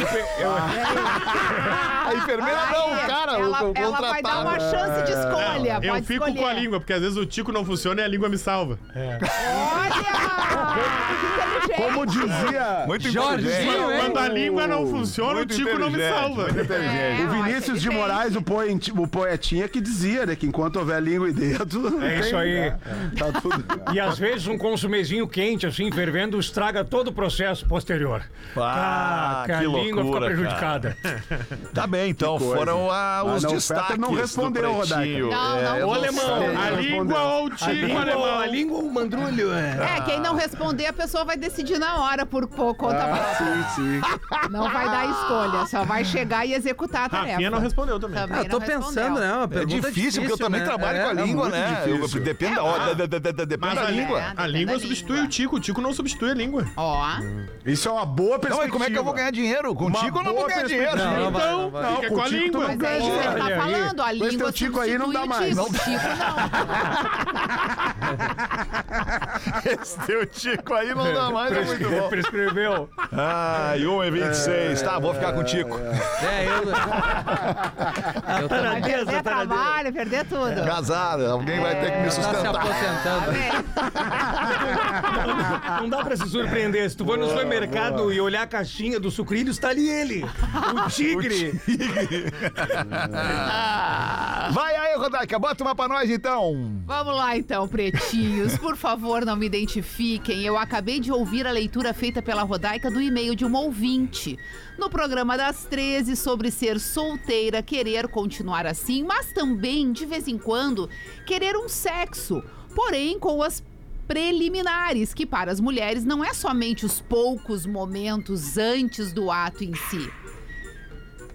S4: A enfermeira
S6: Aí,
S4: não, cara. o-
S6: ela,
S4: o
S6: ela vai dar
S4: contratado.
S6: uma chance de escolha.
S8: eu
S6: pode
S8: fico
S6: escolher.
S8: com a língua, porque às vezes o tico não funciona e a língua me salva.
S6: Olha! que inteligente.
S5: Como dizia
S4: Muito
S7: Jorge,
S4: inteligente.
S7: Sim, hein?
S8: Quando a língua não funciona,
S4: Muito
S8: o tico não me
S4: inteligente,
S8: salva.
S4: muito
S6: É,
S5: o
S6: não, essa é
S5: Vinícius de
S6: diferente.
S5: Moraes, o, poenti- o poetinha, que dizia, né? Que enquanto houver língua e dedo...
S9: É isso aí.
S5: Tá tudo...
S9: E às vezes um consumezinho quente, assim, fervendo, estraga todo o processo posterior.
S4: Ah,
S9: a
S4: que
S9: língua
S4: loucura,
S9: fica prejudicada.
S4: Tá bem, então.
S5: coisa.
S4: Foram ah,
S5: Ah,
S4: os
S5: não, o Peter
S4: destaques
S5: não respondeu,
S4: do
S5: Rodaica.
S4: Pretinho. É,
S6: Não, não
S4: eu
S6: Ô,
S4: sei.
S6: alemão,
S8: A
S5: Respondeu.
S8: língua ou Volte com o alemão.
S9: língua um mandrulho. É.
S6: É, quem não responder, a pessoa vai decidir na hora por por conta própria.
S5: Ah, Sim, sim.
S6: Não vai dar escolha, só vai chegar e executar a tarefa. Tá
S8: Rafinha não respondeu também.
S6: Também
S7: Ah, eu tô
S6: não respondeu.
S7: pensando, né? Uma
S4: É
S7: pergunta
S4: difícil, porque eu também
S7: né?
S4: trabalho
S7: É,
S4: com a
S7: é
S4: língua,
S7: muito
S4: né? Eu-
S5: difícil.
S4: depende da hora. da- da- da- da- depende
S8: Mas
S4: da
S8: a
S4: língua.
S8: língua, a língua substitui o Tico. O Tico não substitui a língua.
S6: Ó,
S5: Isso é uma boa
S4: Não,
S5: perspectiva.
S4: mas como é que eu vou ganhar dinheiro? Contigo eu não vou
S5: boa
S4: ganhar dinheiro.
S5: perspectiva.
S7: Não, não vai,
S8: então,
S7: não vai.
S8: fica
S5: Não,
S8: com a
S5: contigo tu
S8: língua.
S5: não
S6: mas é isso que ele tá
S5: Olha aí.
S6: falando, a
S5: Com esse
S6: língua
S5: teu tico aí não dá
S6: substitui o
S5: mais.
S6: tico. Tico não.
S4: Esse teu tico aí não dá mais, é muito bom.
S9: Prescreveu.
S4: Ah, e 1 e 26. Tá, vou ficar com o tico.
S7: É, eu. eu também.
S6: Vai perder trabalho, perder tudo.
S4: Casada, alguém vai ter que me
S7: Tá se
S4: sustentar.
S7: aposentando.
S6: Bem,
S9: Não dá pra se surpreender. Se tu for no supermercado e olhar a caixinha do sucrilhos, tá ali ele. O tigre.
S4: Vai aí, Rodaica, bota uma pra nós então.
S6: Vamos lá então, pretinhos. Por favor, não me identifiquem. Eu acabei de ouvir a leitura feita pela Rodaica do e-mail de uma ouvinte. No programa das 13, sobre ser solteira, querer continuar assim, mas também, de vez em quando, querer um sexo. Porém, com as preliminares, que para as mulheres não é somente os poucos momentos antes do ato em si.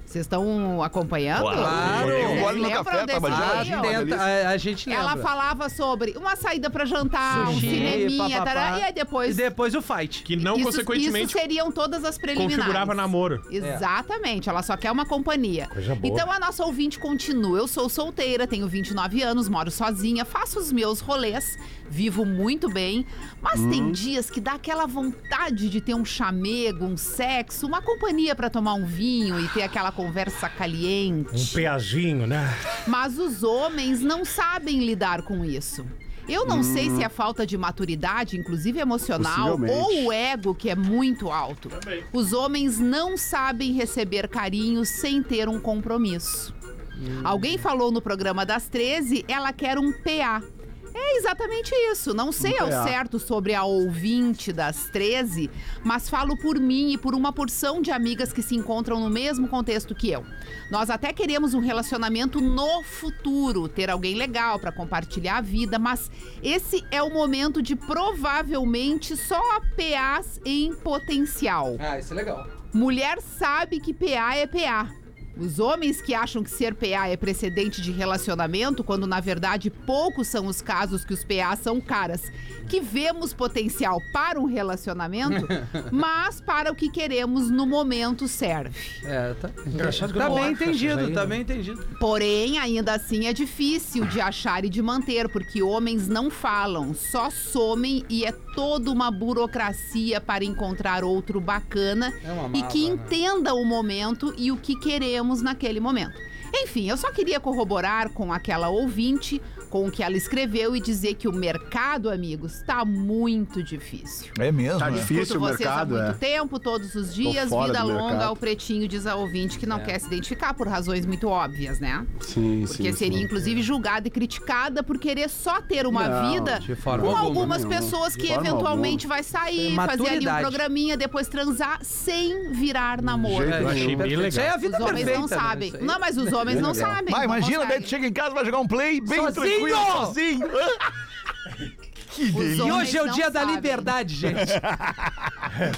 S6: Vocês estão acompanhando?
S7: Claro.
S6: Vocês
S7: Eu
S4: olho no
S6: lembram
S4: café,
S6: desse
S4: tava já
S7: A
S6: e-mail?
S4: agindo.
S7: gente Ah, tenta, a, a gente lembra.
S6: Ela falava sobre uma saída pra jantar, um
S7: Sushi,
S6: cineminha,
S7: papapá.
S6: tará, e aí depois...
S7: E depois o fight.
S8: Que não,
S6: isso,
S8: consequentemente,
S6: isso seriam todas as preliminares.
S8: configurava namoro.
S6: Exatamente, ela só quer uma companhia. Então a nossa ouvinte continua. Eu sou solteira, tenho 29 anos, moro sozinha, faço os meus rolês, vivo muito bem, mas
S7: Hum.
S6: tem dias que dá aquela vontade de ter um chamego, um sexo, uma companhia pra tomar um vinho e ter aquela conversa
S9: Um
S6: caliente.
S9: peazinho, né?
S6: Mas os homens não sabem lidar com isso. Eu não sei se é falta de maturidade, inclusive emocional,
S5: Possivelmente.
S6: ou o ego que é muito alto. Os homens não sabem receber carinho sem ter um compromisso. Alguém falou no programa das 13, ela quer um PA. É exatamente isso. Não sei ao
S5: PA.
S6: certo sobre a ouvinte das 13, mas falo por mim e por uma porção de amigas que se encontram no mesmo contexto que eu. Nós até queremos um relacionamento no futuro, ter alguém legal para compartilhar a vida, mas esse é o momento de provavelmente só a PAs em potencial.
S7: Ah, isso é legal.
S6: Mulher sabe que PA é PA. Os homens que acham que ser PA é precedente de relacionamento, quando na verdade poucos são os casos que os PA são caras que vemos potencial para um relacionamento, mas para o que queremos no momento serve.
S7: É, tá.
S9: Engraçado que eu
S7: Tá
S9: não
S7: bem
S9: acho essas
S7: entendido,
S9: aí,
S7: tá
S9: né?
S7: bem entendido.
S6: Porém, ainda assim é difícil de achar e de manter, porque homens não falam, só somem e é toda uma burocracia para encontrar outro bacana
S7: É uma
S6: e
S7: mala,
S6: que
S7: né?
S6: entenda o momento e o que queremos naquele momento. Enfim, eu só queria corroborar com aquela ouvinte, com o que ela escreveu e dizer que o mercado, amigos, está muito difícil.
S4: É mesmo?
S5: Tá
S4: né?
S5: difícil o
S6: Escuto vocês
S5: mercado,
S6: há
S5: é.
S6: muito tempo, todos os dias,
S5: fora
S6: vida
S5: do
S6: longa
S5: mercado.
S6: ao pretinho, diz a ouvinte
S7: É.
S6: que não quer se identificar por razões muito óbvias, né?
S5: Sim,
S6: Porque seria, inclusive, julgada e criticada por querer só ter uma
S5: Não,
S6: vida
S7: de forma
S6: com
S7: alguma,
S6: algumas
S5: nenhuma.
S6: pessoas
S5: De
S6: que
S5: forma
S6: eventualmente vai sair, fazer ali um
S7: Maturidade.
S6: programinha, depois transar sem virar namoro.
S5: jeito Eu achei
S7: perfeito.
S8: bem legal.
S7: Isso aí é a vida
S6: Os homens
S7: perfeita.
S6: não
S7: né?
S6: sabem.
S7: Isso aí.
S6: Não, mas os homens não sabem.
S4: É Vai,
S6: não
S4: imagina, daí tu
S6: conseguem.
S4: chega em casa, vai jogar um play bem
S7: Sozinho!
S4: tranquilo. Sozinho! que
S6: Os
S4: delícia!
S7: E hoje é o
S6: Homens
S7: dia
S6: não
S7: da
S6: sabem.
S7: liberdade, gente.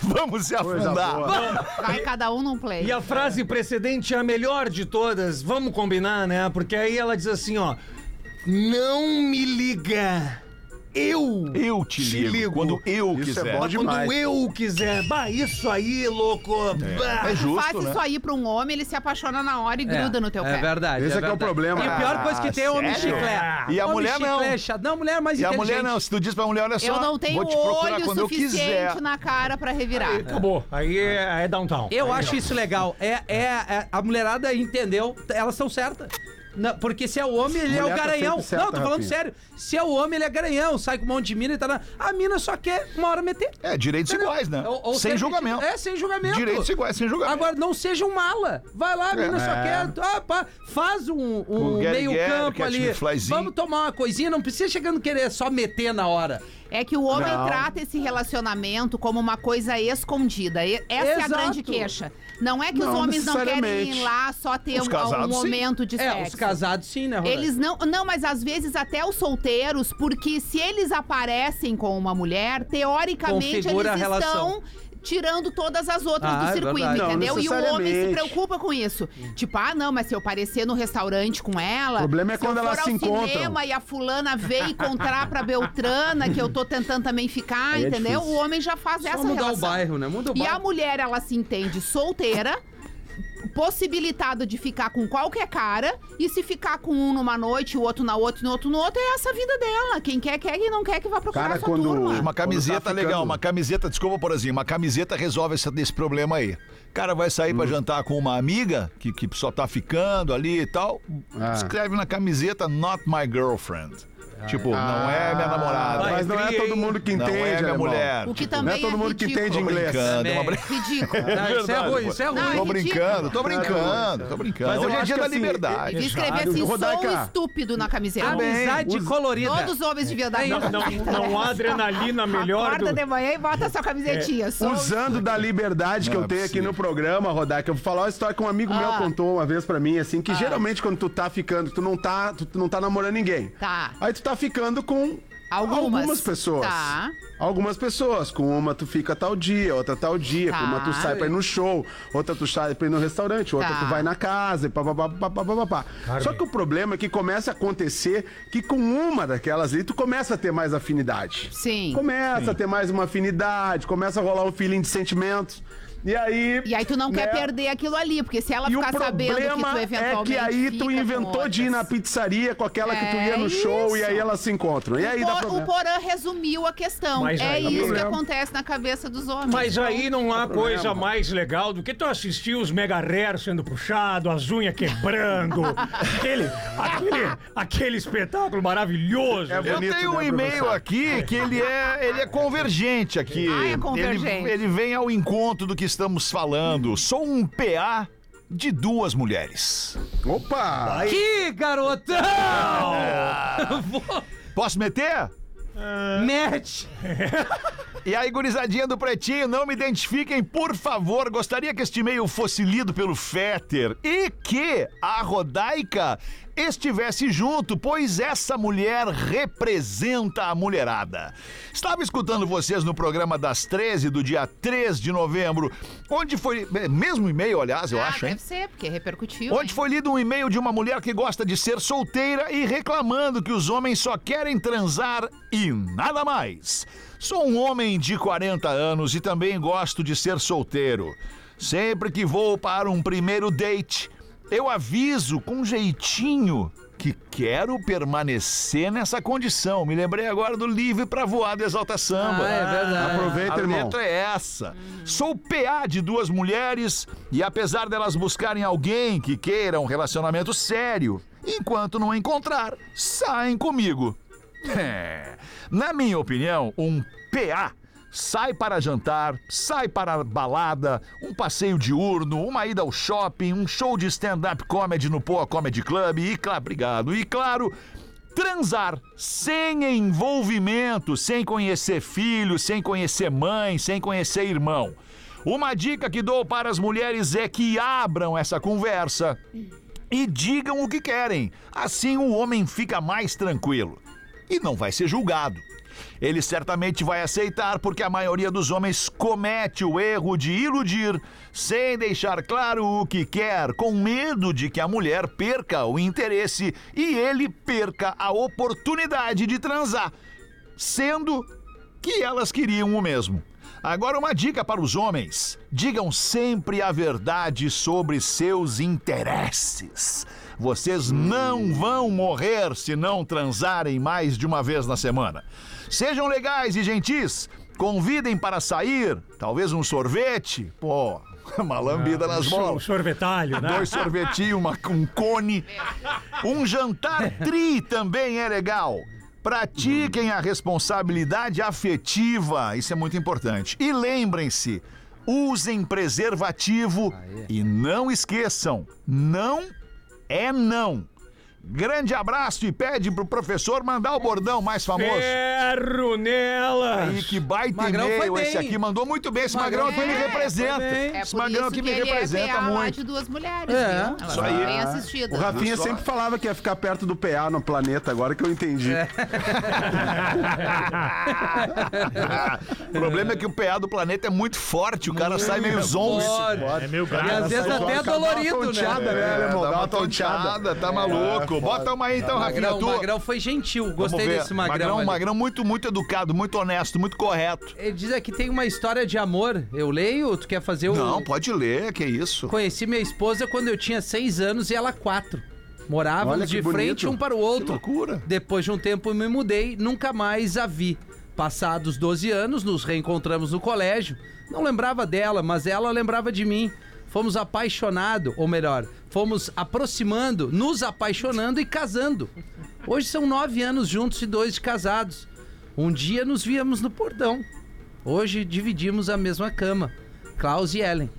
S4: Vamos se
S5: Coisa
S4: afundar.
S5: boa.
S6: Vai cada um num play.
S9: E
S4: é
S9: a frase precedente é a melhor de todas. Vamos combinar, né? Porque aí ela diz assim, ó. Não me liga. Eu.
S4: Eu te
S9: Te
S4: ligo,
S9: ligo.
S4: quando eu
S5: Isso é
S4: quiser.
S5: bom
S9: Mas quando
S5: demais.
S9: eu quiser. Bah, isso aí, louco. Bah.
S4: É justo,
S6: Faz
S4: né?
S6: isso aí pra um homem, ele se apaixona na hora e gruda no teu
S7: é
S6: pé.
S7: verdade.
S5: Esse é que é o
S7: verdade.
S5: problema.
S7: E a pior coisa que tem é o homem
S4: Ah,
S7: chiclete.
S4: E a
S7: Homem
S4: mulher não.
S7: chiclete é chato. Não, mulher é mais
S4: E a mulher
S7: inteligente.
S4: não, se tu diz pra mulher, olha só,
S6: Eu não tenho
S4: vou te procurar
S6: olho
S4: quando eu quiser.
S6: suficiente na cara pra revirar.
S9: Acabou. Aí é, é downtown.
S7: Eu acho isso legal. É, é, é- a mulherada entendeu, t- elas são certas. Na- porque se é o homem, ele é o
S5: Mulher tá
S7: garanhão.
S5: sempre certa,
S7: não, tô falando
S5: Rafinha.
S7: sério. Se é o homem, ele é garanhão. Sai com um monte de mina e tá na. A mina só quer uma hora meter.
S4: É, direitos
S7: Entendeu?
S4: iguais, né?
S7: Ou- ou
S4: sem
S7: ser-
S4: julgamento.
S7: É, sem julgamento.
S4: Direitos iguais, sem julgamento. É.
S7: Agora, não seja um mala. Vai lá, a mina só quer. Ah, pá, faz um, um
S4: Com o Gary Gary,
S7: meio-campo
S4: Catch
S7: ali.
S4: Me Flyzinho.
S7: Vamos tomar uma coisinha, não precisa chegando querer só meter na hora.
S6: É que o homem
S5: Não.
S6: trata esse relacionamento como uma coisa escondida. E- Essa é a
S7: Exato.
S6: grande queixa. Não é que os
S5: Não
S6: homens não querem
S5: necessariamente.
S6: ir lá só ter
S4: Os
S6: um, um
S4: casados, sim.
S6: momento de
S7: É,
S6: sexo.
S7: os casados sim, né, Rodaica?
S6: Eles não. Não, mas às vezes até os solteiros, porque se eles aparecem com uma mulher, teoricamente eles
S7: Configura a relação.
S6: estão tirando todas as outras
S7: Ah,
S6: do
S7: é
S6: circuito,
S7: verdade.
S5: Não,
S6: entendeu? E o homem se
S5: necessariamente.
S6: preocupa com isso. Tipo, ah, não, mas se eu aparecer no restaurante com ela.
S5: O problema é
S6: se eu
S5: quando
S6: for
S5: elas
S6: ao
S5: se encontram.
S6: cinema e a fulana veio encontrar pra Beltrana, que eu tô tentando também ficar,
S5: Aí é
S6: entendeu?
S5: difícil.
S6: o homem já faz
S7: Só
S6: essa
S7: mudar
S6: relação.
S7: o bairro, né? Muda o
S6: E a
S7: bairro.
S6: mulher, ela se entende solteira, possibilitada de ficar com qualquer cara, e se ficar com um numa noite, o outro na outra, e no outro no outro, é essa a vida dela. Quem quer, quer, quem não quer, que vá procurar
S5: Cara,
S6: sua
S5: quando-
S6: turma.
S5: Quando
S4: Uma
S5: tá
S4: camiseta
S5: ficando.
S4: legal, uma camiseta, desculpa por assim, uma camiseta resolve esse, desse problema aí. Cara vai sair
S5: Hum.
S4: pra jantar com uma amiga que, que só tá ficando ali e tal,
S5: Ah.
S4: escreve na camiseta Not My Girlfriend. Tipo, não é minha namorada.
S5: Mas não é
S9: cria,
S5: todo
S9: hein?
S5: mundo que
S4: não
S5: entende,
S4: é minha
S5: alemão.
S4: mulher.
S6: O que
S4: Tipo,
S5: Não
S6: também
S5: é todo mundo que
S6: ridículo.
S5: entende inglês.
S4: brincando, é uma
S7: Também.
S4: brin-
S6: Ridículo.
S7: Né? Não, isso é
S4: verdade,
S7: ruim, isso é ruim.
S6: Não,
S4: Tô
S6: ridículo.
S4: brincando, tô brincando, tô
S5: Tá Mas
S4: brincando.
S5: eu
S4: Hoje é
S5: acho
S4: dia
S5: que
S4: da
S5: assim,
S6: E
S4: liberdade.
S6: escrever assim,
S5: Rodaica.
S6: sou estúpido na
S7: é
S6: camiseta.
S7: Amizade
S5: Os-
S9: é
S7: colorida.
S6: Todos os homens deviam dar
S9: Não, não, não há adrenalina melhor do... É,
S6: Acorda de manhã e bota sua camisetinha. sou um
S5: Usando da liberdade que
S4: Não
S5: eu
S4: é
S5: tenho aqui
S4: possível.
S5: no programa, Rodaica, eu vou falar uma história que um amigo
S6: Ah.
S5: meu contou uma vez pra mim, assim, que geralmente quando tu tá ficando, tu não tá, tu, tu não tá namorando ninguém.
S6: Tá.
S5: Aí tu tá ficando com
S6: Algumas.
S5: pessoas.
S6: Tá.
S5: Algumas pessoas. Com uma tu fica tal dia, outra tal dia,
S6: Tá.
S5: com uma tu sai pra ir no show, outra tu sai pra ir no restaurante, outra
S6: Tá.
S5: tu vai na casa e papapá. papapá. Só que o problema é que começa a acontecer que com uma daquelas ali tu começa a ter mais afinidade.
S6: Sim.
S5: Começa a ter mais uma afinidade, começa a rolar um feeling de sentimentos. E aí.
S6: E aí tu não quer
S5: né?
S6: perder aquilo ali, porque se ela
S5: E o
S6: ficar sabendo que
S5: problema
S6: tu
S5: é
S6: eventualmente
S5: que aí tu
S6: fica com
S5: inventou de ir na
S6: outras.
S5: pizzaria com aquela que tu ia
S6: É
S5: no show e aí
S6: isso.
S5: elas se encontram. E
S4: É
S5: aí
S6: Por-
S5: dá
S6: o
S5: problema.
S6: Porã resumiu a questão.
S9: Mas
S6: é
S9: aí-
S6: isso que
S5: Problema.
S6: acontece na cabeça dos homens.
S9: Mas aí não há coisa
S5: problema.
S9: mais legal do que tu assistir os mega rares sendo puxado, as unhas quebrando. aquele, aquele, aquele espetáculo maravilhoso.
S5: É
S4: Eu
S5: bonito,
S4: tenho um
S5: né,
S4: e-mail
S5: professor?
S4: aqui que ele é, ele é convergente aqui.
S6: Ah, é convergente.
S4: Ele, ele vem ao encontro do que estamos falando. Sou um PA de duas mulheres.
S5: Opa!
S7: Que garotão!
S4: Posso meter?
S7: Ah. Mete!
S4: E aí, gurizadinha do Pretinho, não me identifiquem, por favor. Gostaria que este e-mail fosse lido pelo Fetter e que a Rodaica estivesse junto, pois essa mulher representa a mulherada. Estava escutando vocês no programa das 13 do dia 3 de novembro, onde foi. é, Mesmo e-mail, aliás, eu
S6: ah,
S4: acho, hein?
S6: deve ser, porque repercutiu.
S4: Onde
S6: hein?
S4: foi lido um e-mail de uma mulher que gosta de ser solteira e reclamando que os homens só querem transar e nada mais. Sou um homem de 40 anos e também gosto de ser solteiro. Sempre que vou para um primeiro date, eu aviso com jeitinho que quero permanecer nessa condição. Me lembrei agora do Livre para Voar do Exalta Samba.
S7: Ah, é verdade.
S5: Aproveita,
S4: A
S5: irmão.
S4: letra é essa. Sou PA de duas mulheres e apesar delas buscarem alguém que queira um relacionamento sério, enquanto não encontrar, saem comigo. É. Na minha opinião, um PA sai para jantar, sai para balada, um passeio diurno, uma ida ao shopping, um show de stand-up comedy no Poa Comedy Club e, claro, obrigado. E claro, transar sem envolvimento, sem conhecer filho, sem conhecer mãe, sem conhecer irmão. Uma dica que dou para as mulheres é que abram essa conversa e digam o que querem. Assim o homem fica mais tranquilo e não vai ser julgado. Ele certamente vai aceitar porque a maioria dos homens comete o erro de iludir sem deixar claro o que quer, com medo de que a mulher perca o interesse e ele perca a oportunidade de transar, sendo que elas queriam o mesmo. Agora, uma dica para os homens: digam sempre a verdade sobre seus interesses. Vocês não vão morrer se não transarem mais de uma vez na semana. Sejam legais e gentis, convidem para sair, talvez um sorvete, pô, uma lambida nas
S9: Um
S4: bolas.
S9: sorvetalho, né?
S4: Dois sorvetinhos, uma, um cone. Um jantar tri também é legal. Pratiquem a responsabilidade afetiva, isso é muito importante. E lembrem-se, usem preservativo e não esqueçam, não é não. Grande abraço e pede pro professor mandar o bordão mais famoso.
S9: Ferro nela!
S4: E que baita
S7: Magrão foi
S4: e-mail
S7: bem.
S4: esse aqui. Mandou muito bem. Esse Magrão,
S7: Magrão
S4: é que me
S6: foi bem,
S4: representa.
S7: foi bem.
S6: É
S4: Esse
S6: por
S4: Magrão
S6: isso
S4: que
S6: que
S4: me
S6: ele é
S4: representa
S6: PA lá
S4: muito.
S6: de duas mulheres,
S7: É,
S6: viu? Elas
S4: isso
S6: foram
S4: aí.
S6: bem
S5: O
S6: assistidas.
S5: Rafinha
S4: Só.
S5: sempre falava que ia ficar perto do PA no planeta, agora que eu entendi.
S4: É, o problema é que o PA do planeta é muito forte. O cara sai meio zonzo.
S7: Pode.
S8: É meio
S7: E às
S8: grave.
S7: vezes
S5: Só
S7: até
S5: que dá uma
S7: dolorido,
S5: tonteada,
S7: né?
S5: né,
S4: É,
S5: alemão?
S4: dá
S5: Dá
S4: uma
S5: uma tonteada. É,
S4: tonteada, tá maluco. Bota uma aí então, Rafinha.
S7: Magrão,
S4: tu-
S7: Magrão foi gentil,
S4: Vamos
S7: gostei
S4: ver.
S7: desse Magrão.
S4: Magrão,
S7: ali.
S4: Magrão muito, muito educado, muito honesto, muito correto.
S7: Ele diz aqui tem uma história de amor. Eu leio, tu quer fazer o.
S4: Não, pode ler, que isso.
S7: Conheci minha esposa quando eu tinha seis anos e ela quatro.
S5: Olha
S7: Morávamos
S5: que
S7: de
S5: bonito.
S7: frente um para o
S4: Que
S7: outro.
S4: loucura.
S7: Depois de um tempo eu me mudei, nunca mais a vi. Passados 12 anos, nos reencontramos no colégio. Não lembrava dela, mas ela lembrava de mim. Fomos apaixonado, ou melhor, fomos aproximando, nos apaixonando e casando. Hoje são nove anos juntos e dois de casados. Um dia nos víamos no portão. Hoje dividimos a mesma cama. Klaus e Ellen.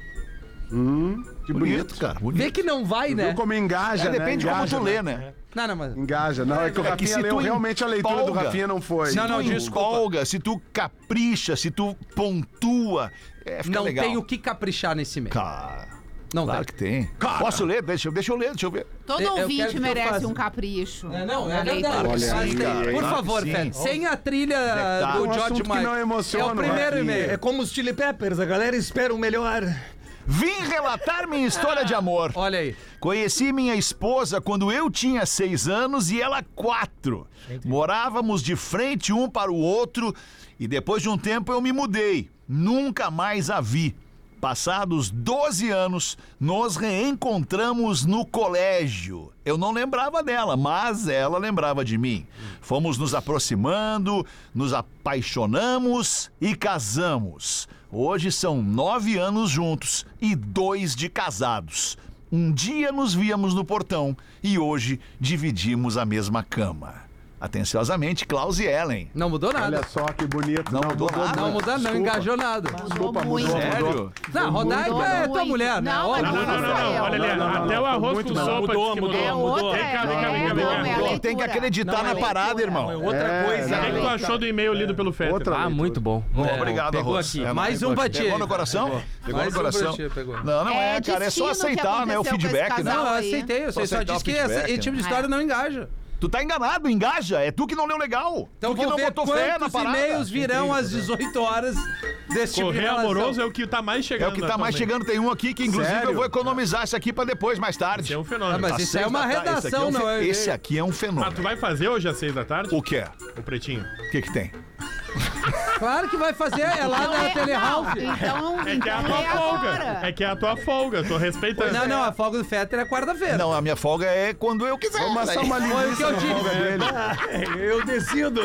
S5: Que bonito.
S4: Bonito, cara. Bonito.
S7: Vê que não vai,
S5: Viu
S7: né?
S5: como engaja,
S4: É,
S5: né?
S4: depende de
S5: engaja,
S4: como tu
S5: né?
S4: lê, né?
S7: Não, não, mas.
S5: Engaja. Não, é que o
S4: É que
S5: Rafinha
S4: se
S5: leu.
S4: tu
S5: Realmente a leitura do
S4: empolga-
S5: Rafinha não foi.
S7: Não, não,
S4: tu
S7: desculpa.
S4: empolga, se tu capricha, se tu pontua, é, fica
S7: Não
S4: legal.
S7: tem o que caprichar nesse mês.
S4: Cara,
S7: Não
S4: claro
S7: tem.
S4: que tem. Posso ler? Deixa, eu- deixa eu ler, deixa eu ver.
S6: Todo
S7: É, Eu- eu quero
S6: ouvinte
S7: que tu
S6: merece
S7: faça.
S6: um capricho.
S7: É, não, é
S6: Uma
S7: verdade.
S6: leitura.
S5: Olha
S7: Mas
S5: aí,
S7: tem-
S5: cara,
S7: Por
S4: claro
S7: favor,
S4: que
S7: Fede,
S4: sim.
S7: sem a trilha
S4: que tá?
S7: do
S5: Um assunto
S7: George
S5: que
S7: Michael.
S5: não emociona,
S7: é o primeiro
S5: Rafinha.
S7: e-mail.
S9: É como os Chili Peppers, a galera espera o melhor.
S4: Vim relatar minha história de amor.
S7: Olha aí.
S4: Conheci minha esposa quando eu tinha seis anos e ela quatro. Morávamos de frente um para o outro e depois de um tempo eu me mudei. Nunca mais a vi. Passados 12 anos, nos reencontramos no colégio. Eu não lembrava dela, mas ela lembrava de mim. Fomos nos aproximando, nos apaixonamos e casamos. Hoje são nove anos juntos e dois de casados. Um dia nos víamos no portão e hoje dividimos a mesma cama. Atenciosamente, Klaus e Ellen.
S7: Não mudou
S5: Olha
S7: nada.
S5: só que bonito.
S4: Não mudou nada.
S7: Não mudou, não
S5: Desculpa.
S7: engajou nada.
S5: Desculpa,
S6: Mudou
S5: mudou,
S6: muito.
S5: mudou.
S4: Sério?
S7: Não, Rodaica é
S6: Mudou
S7: tua
S6: muito.
S7: mulher, né?
S6: Não,
S7: Olha,
S6: mas
S8: Não, não, não, não, não. Olha ali.
S5: Não, não, não,
S8: Até o
S5: não,
S8: arroz
S5: muito
S8: com
S5: não.
S8: sopa
S9: Mudou,
S8: diz que
S9: mudou,
S6: É outra,
S8: Vem cá,
S6: é,
S8: vem cá, vem cá, vem
S6: mudou, é
S8: cá.
S6: a
S4: Tem que
S6: leitura.
S4: acreditar
S6: Não, é
S4: na
S6: a
S4: parada,
S6: leitura.
S9: É
S4: irmão.
S9: outra
S5: É,
S9: coisa.
S5: não,
S8: O que que tu
S9: né?
S8: achou do e-mail lido pelo Fetter?
S5: Outra
S8: Ah,
S5: leitura.
S10: Muito bom.
S4: Bom, obrigado,
S10: pegou
S4: Arroz.
S10: aqui.
S4: É
S7: Mais um pra ti.
S4: Pegou no coração? Pegou
S7: Mais
S4: no
S7: um pra
S4: coração.
S7: ti, pegou.
S4: Não, não é,
S6: É
S4: cara. É
S6: destino
S4: só
S6: que
S4: aceitar, né? O
S6: aconteceu com esse
S4: feedback, né?
S6: casal.
S7: Não, eu
S6: aí.
S7: aceitei.
S4: Só
S7: Eu sei, só
S4: aceitar
S7: diz
S4: o
S7: que
S4: feedback,
S7: esse
S4: né?
S7: tipo de história não engaja.
S4: Tu tá enganado, engaja. É tu que não leu legal.
S7: Então
S4: tu que
S7: vou
S4: não
S7: ver
S4: botou fé na
S7: quantos
S4: parada.
S7: e-mails virão às 18 horas desse tipo de
S8: Correio
S7: relação.
S8: amoroso é o que tá mais
S4: É
S8: chegando.
S4: o que tá mais
S8: atualmente.
S4: chegando. Tem um aqui que, inclusive,
S5: Sério?
S4: eu vou economizar esse aqui pra depois, mais tarde.
S8: Esse é um
S7: Ah,
S8: fenômeno.
S7: mas
S4: Às
S7: isso
S4: seis
S7: é uma
S4: da tarde.
S7: redação,
S4: esse aqui é um fe-
S7: não é?
S4: Esse aqui é um
S8: Ah,
S4: fenômeno.
S8: tu vai fazer hoje às seis da tarde?
S4: O que é?
S8: O pretinho.
S4: O que que tem?
S7: Claro que vai fazer. É lá
S6: Não,
S7: na
S6: é- não,
S7: Telehouse.
S6: Então,
S8: É que é a
S6: então
S8: tua
S6: é agora.
S8: folga. É que é a tua folga. Tô respeitando.
S7: Não, não, a folga do Fetter é quarta-feira.
S4: Não, a minha folga é quando eu quiser.
S5: Vamos assar uma
S7: Foi o que
S5: linguiça
S7: eu
S5: na folga
S7: disse.
S5: dele.
S9: Eu decido.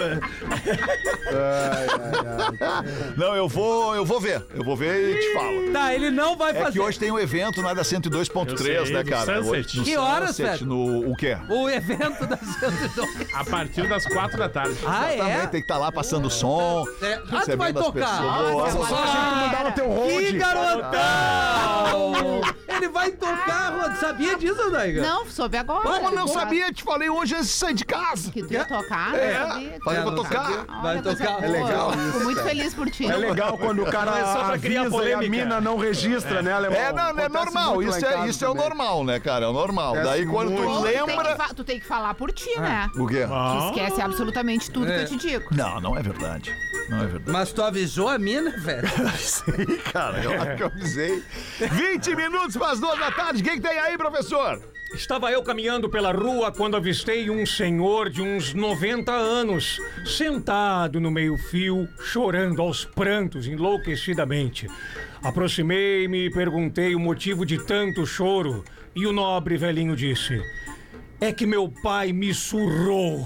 S4: Não, eu vou, eu vou ver. Eu vou ver e te falo.
S7: Tá, ele não vai
S4: É
S7: fazer.
S4: que hoje tem um evento na da
S8: Eu
S4: 102.3,
S8: sei,
S4: né,
S8: do
S4: cara?
S8: Sunset.
S4: Hoje, no
S7: Que horas,
S4: Sunset,
S7: Pedro?
S4: No o quê?
S7: O evento da 102.
S8: A partir das quatro da tarde.
S7: Ah,
S4: Também
S7: é?
S4: tem que estar lá passando som.
S7: É, ah, tu vai
S4: recebendo as
S7: tocar.
S4: pessoas.
S6: Ah,
S5: Só achei que tu mandava teu
S7: Que
S5: hold.
S7: garotão! Ah. Ele vai tocar, Rod. Sabia disso, Daiga?
S6: Não, soube agora.
S4: Como eu não
S6: Boa.
S4: sabia? Te falei hoje antes de sair de casa.
S6: Que tu ia tocar,
S4: É,
S6: não sabia?
S4: falei
S7: pra
S6: Não
S4: tocar.
S6: sabia. Ah, Olha,
S7: Vai
S6: coisa
S7: tocar.
S6: boa.
S7: É
S5: legal
S6: Fico
S5: isso,
S6: muito feliz por ti.
S5: É legal quando o cara
S9: é só pra criar
S5: avisa e a
S9: polêmica.
S5: mina não registra, né, alemão?
S4: É, não, é
S5: Acontece
S4: normal.
S5: muito lá em
S4: Isso, é,
S5: casa
S4: isso é o
S5: também.
S4: normal, né, cara? É o normal.
S5: Acontece
S4: Daí quando tu
S5: muito.
S6: Ou tu tem que
S4: lembra.
S6: fa- Tu tem que falar por ti, né?
S4: O quê?
S6: Tu
S8: Ah,
S6: esquece absolutamente tudo
S7: É.
S6: que eu te digo.
S4: Não, não é verdade. Não é verdade.
S7: Mas tu avisou a mina, velho?
S4: Sei, cara, eu acho que eu avisei. 20 minutos para as duas da tarde. O que, que tem aí, professor?
S9: Estava eu caminhando pela rua quando avistei um senhor de uns 90 anos, sentado no meio-fio, chorando aos prantos enlouquecidamente. Aproximei-me e perguntei o motivo de tanto choro, e o nobre velhinho disse: É que meu pai me surrou,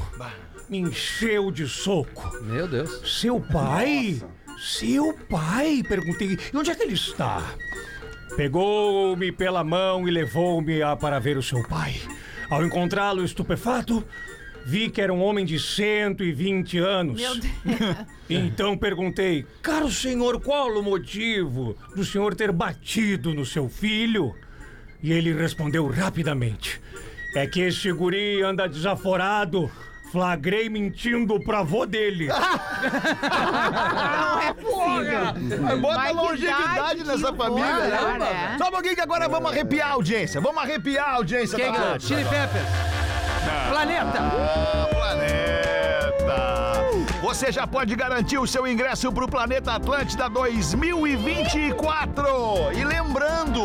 S9: me encheu de soco.
S7: Meu Deus.
S9: Seu pai? Seu pai? Perguntei. E onde é que ele está? Pegou-me pela mão e levou-me a- para ver o seu pai. Ao encontrá-lo estupefato, vi que era um homem de 120 anos.
S6: Meu Deus.
S9: Então perguntei, caro senhor, qual o motivo do senhor ter batido no seu filho? E ele respondeu rapidamente: É que este guri anda desaforado. Flagrei mentindo pra avô dele.
S4: Ah.
S6: Não é possível.
S4: Mas Ah, É, Bota
S6: Vai que
S4: longevidade
S6: idade que
S4: nessa
S6: o
S4: família,
S6: bora,
S4: né, mano?
S6: né?
S4: Só um pouquinho que agora vamos arrepiar a audiência. Vamos arrepiar a audiência.
S7: Quem é?
S4: da
S7: ganhou?
S4: Atlântida.
S7: Ah, Chili Peppers. Planeta.
S4: Ah, Planeta. Você já pode garantir o seu ingresso para o Planeta Atlântida 2024. E lembrando,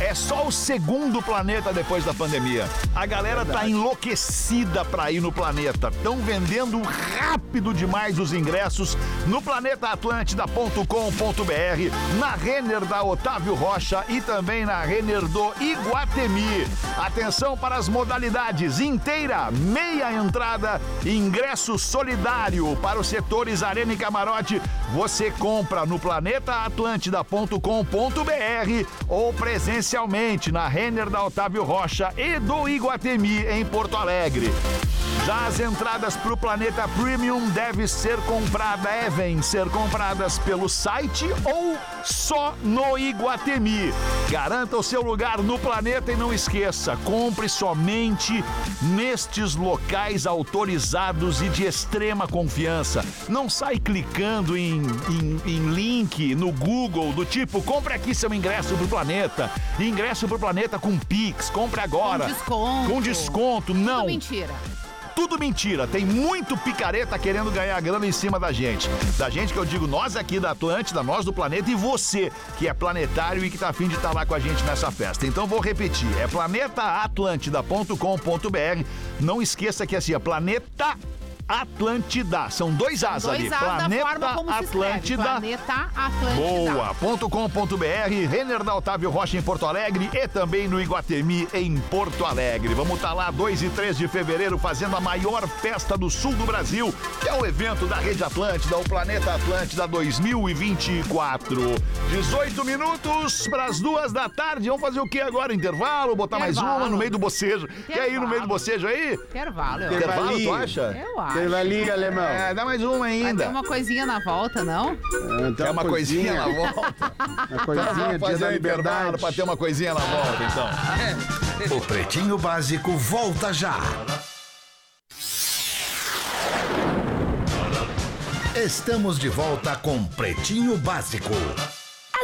S4: é só o segundo planeta depois da pandemia. A galera tá enlouquecida pra ir no planeta. Estão vendendo rápido demais os ingressos no planetaatlântida.com.br, na Renner da Otávio Rocha e também na Renner do Iguatemi. Atenção para as modalidades: inteira, meia entrada, ingresso solidário para os setores Arena e Camarote. Você compra no planetaatlântida.com.br ou presencialmente na Renner da Otávio Rocha e do Iguatemi em Porto Alegre. Já as entradas para o Planeta Premium devem ser comprada, devem ser compradas pelo site ou só no Iguatemi. Garanta o seu lugar no planeta e não esqueça, compre somente nestes locais autorizados e de extrema confiança. Não sai clicando em, em- em link no Google do tipo compre aqui seu ingresso pro planeta, ingresso pro planeta com Pix, compre agora.
S6: desconto.
S4: Com desconto, não.
S6: Tudo mentira.
S4: Tudo mentira. Tem muito picareta querendo ganhar grana em cima da gente. Da gente que eu digo nós aqui da Atlântida, nós do planeta e você, que é planetário e que tá afim de estar lá com a gente nessa festa. Então vou repetir, é planetaatlântida.com.br. Não esqueça que assim, é planeta Atlântida. São dois As ali.
S6: Dois As da forma como se escreve. Planeta Atlântida.
S4: Boa! .com.br, Renner da Otávio Rocha em Porto Alegre e também no Iguatemi em Porto Alegre. Vamos estar lá 2 e 3 de fevereiro fazendo a maior festa do sul do Brasil, que é o evento da Rede Atlântida, o Planeta Atlântida 2024. 18 minutos para as duas da tarde. Vamos fazer o que agora? Intervalo? Botar mais
S6: Intervalo.
S4: uma no meio do bocejo. Quer aí no meio do bocejo aí?
S6: Intervalo. eu acho.
S4: Intervalo, tu acha?
S6: Eu acho.
S5: Teve a liga, alemão.
S4: É, dá mais uma
S6: Vai ter
S4: ainda.
S6: uma coisinha na volta, não?
S5: Então,
S4: É uma coisinha na volta.
S5: Uma coisinha,
S4: Fazer
S5: dia da
S4: um intervalo
S5: liberdade.
S4: pra ter uma coisinha na volta, então.
S2: então. O Pretinho Básico volta já. Estamos de volta com Pretinho Básico.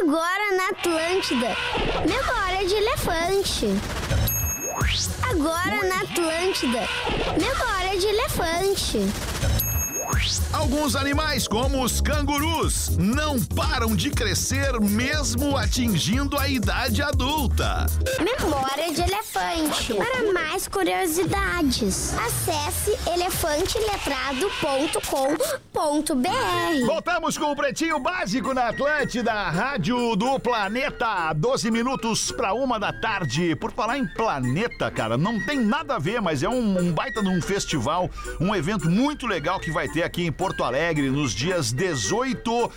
S10: Agora na Atlântida. Memória de elefante. Agora na Atlântida. Memória de elefante.
S4: Alguns animais, como os cangurus, não param de crescer mesmo atingindo a idade adulta.
S10: Memória de elefante. Para mais curiosidades, acesse elefanteletrado.com.br.
S4: Voltamos com o Pretinho Básico na Atlântida, Rádio do Planeta. 12 minutos para uma da tarde. Por falar em planeta, cara, não tem nada a ver, mas é um, um baita de um festival, um evento muito legal que vai ter aqui em Porto Alegre nos dias 18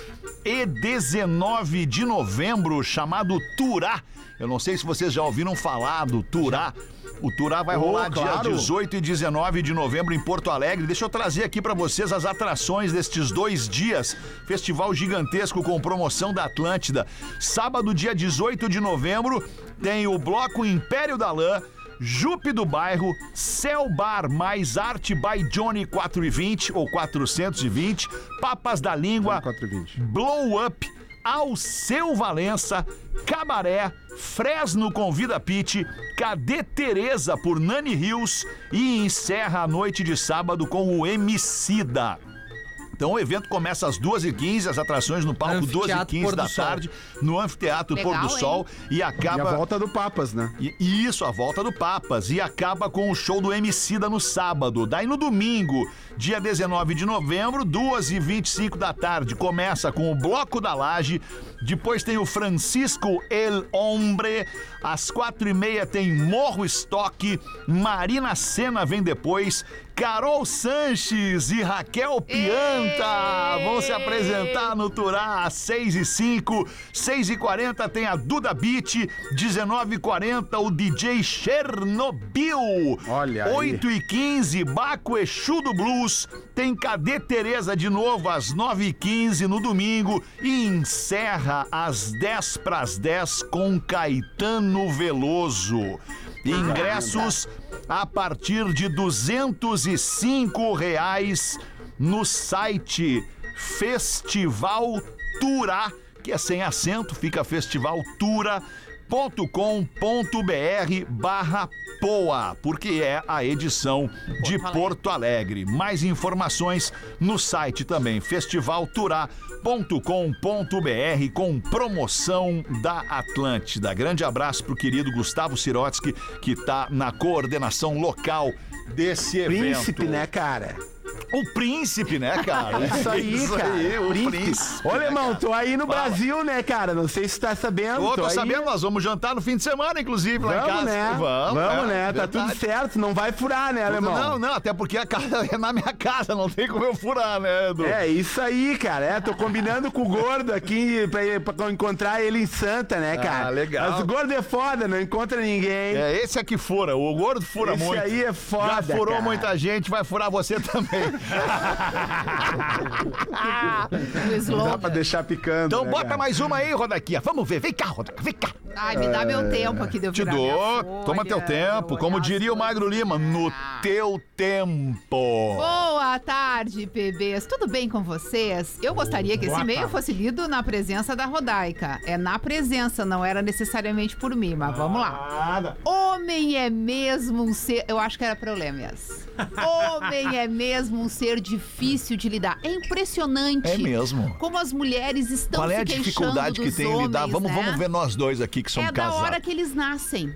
S4: e 19 de novembro, chamado Turá. Eu não sei se vocês já ouviram falar do Turá. O Turá vai rolar dia
S5: claro.
S4: 18. 18 e 19 de novembro em Porto Alegre. Deixa eu trazer aqui pra vocês as atrações destes dois dias. Festival gigantesco com promoção da Atlântida. Sábado, dia 18 de novembro, tem o bloco Império da Lã. Jupe do Bairro, Céu Bar mais Arte by Johnny 420 ou 420, Papas da Língua,
S5: 420.
S4: Blow Up, Alceu Valença, Cabaré, Fresno Convida Pete, Cadê Tereza por Nani Rios e encerra a noite de sábado com o Emicida. Então o evento começa às 2h15, as atrações no palco
S7: Anfiteatro
S4: 2h15
S7: Pôr
S4: da
S7: do Sol.
S4: tarde, no Anfiteatro
S6: Legal,
S4: Pôr do
S6: hein?
S4: Sol e
S5: E a
S4: acaba
S5: volta do Papas, né?
S4: e e isso, a volta do Papas. E acaba com o show do Emicida no sábado. Daí no domingo, dia 19 de novembro, 2h25 da tarde, começa com o Bloco da Laje. Depois tem o Francisco El Hombre. Às 4h30 tem Morro Estoque. Marina Sena vem depois. Carol Sanches e Raquel Pianta vão se apresentar no Turá às 6 e 5 6 e 40 tem a Duda Beat, 19 e 40 o DJ Chernobyl.
S5: Olha aí.
S4: 8 e 15 Baco Exu do Blues, tem Cadê Tereza de novo às 9 e 15 no domingo e encerra Terra às 10 pras 10 com Caetano Veloso. Ingressos a partir de 205 reais no site Festival Turá, que é sem acento, fica festivaltura.com.br barra POA, porque é a edição de Porto Alegre. Mais informações no site também, festivalturá.com.br com promoção da Atlântida. Grande abraço pro querido Gustavo Sirotsky, que está na coordenação local desse evento.
S5: Príncipe, né, cara?
S4: O príncipe, né, cara?
S5: Isso aí, cara.
S4: o príncipe.
S5: Ô, Lemão,
S4: né,
S5: tô aí no
S4: Fala.
S5: Brasil, né, cara? Não sei se tá sabendo.
S4: cara? Ô, tô
S5: aí.
S4: sabendo, nós vamos jantar no fim de semana, inclusive, lá em
S5: Vamos,
S4: casa. é,
S5: né? Vamos, né? Tá tudo
S4: verdade.
S5: certo. Não vai furar, né, Alemão?
S4: Não, não, até porque a casa é na minha casa, não tem como eu furar, né, Edu?
S5: É isso aí, cara. É, tô combinando com o gordo aqui pra, pra encontrar ele em Santa, né, cara?
S4: Ah, legal.
S5: Mas o gordo é foda, não encontra ninguém.
S4: É, esse é que fura, o gordo fura
S5: Esse
S4: muito.
S5: aí é foda,
S4: Já furou
S5: cara.
S4: muita gente, vai furar você também. Ah.
S6: O
S5: Dá
S6: slogan.
S5: pra deixar picando.
S4: Então
S5: né,
S4: bota
S5: cara?
S4: mais uma aí, Rodaquinha. Vamos ver, vem cá, Rodaquinha, vem cá.
S6: Ai, me dá meu tempo aqui de eu
S4: É. Te
S6: virar minha
S4: dou,
S6: folha,
S4: toma teu
S6: eu
S4: tempo, como
S6: olhar
S4: diria
S6: as
S4: o Magro
S6: coisas.
S4: Lima, no teu tempo.
S6: Boa tarde, PBs. Tudo bem com vocês? Eu gostaria que esse e-mail fosse lido na presença da Rodaica. É na presença, não era necessariamente por mim, mas vamos lá. Homem é mesmo um ser. Eu acho que era problemas. Homem é mesmo um ser difícil de lidar. É impressionante.
S4: É mesmo.
S6: Como as mulheres estão
S4: Qual é a
S6: se queixando
S4: dificuldade que
S6: dos
S4: tem em lidar?
S6: homens,
S4: Vamos,
S6: né?
S4: vamos ver nós dois aqui que somos
S6: é da
S4: casados.
S6: hora que eles nascem.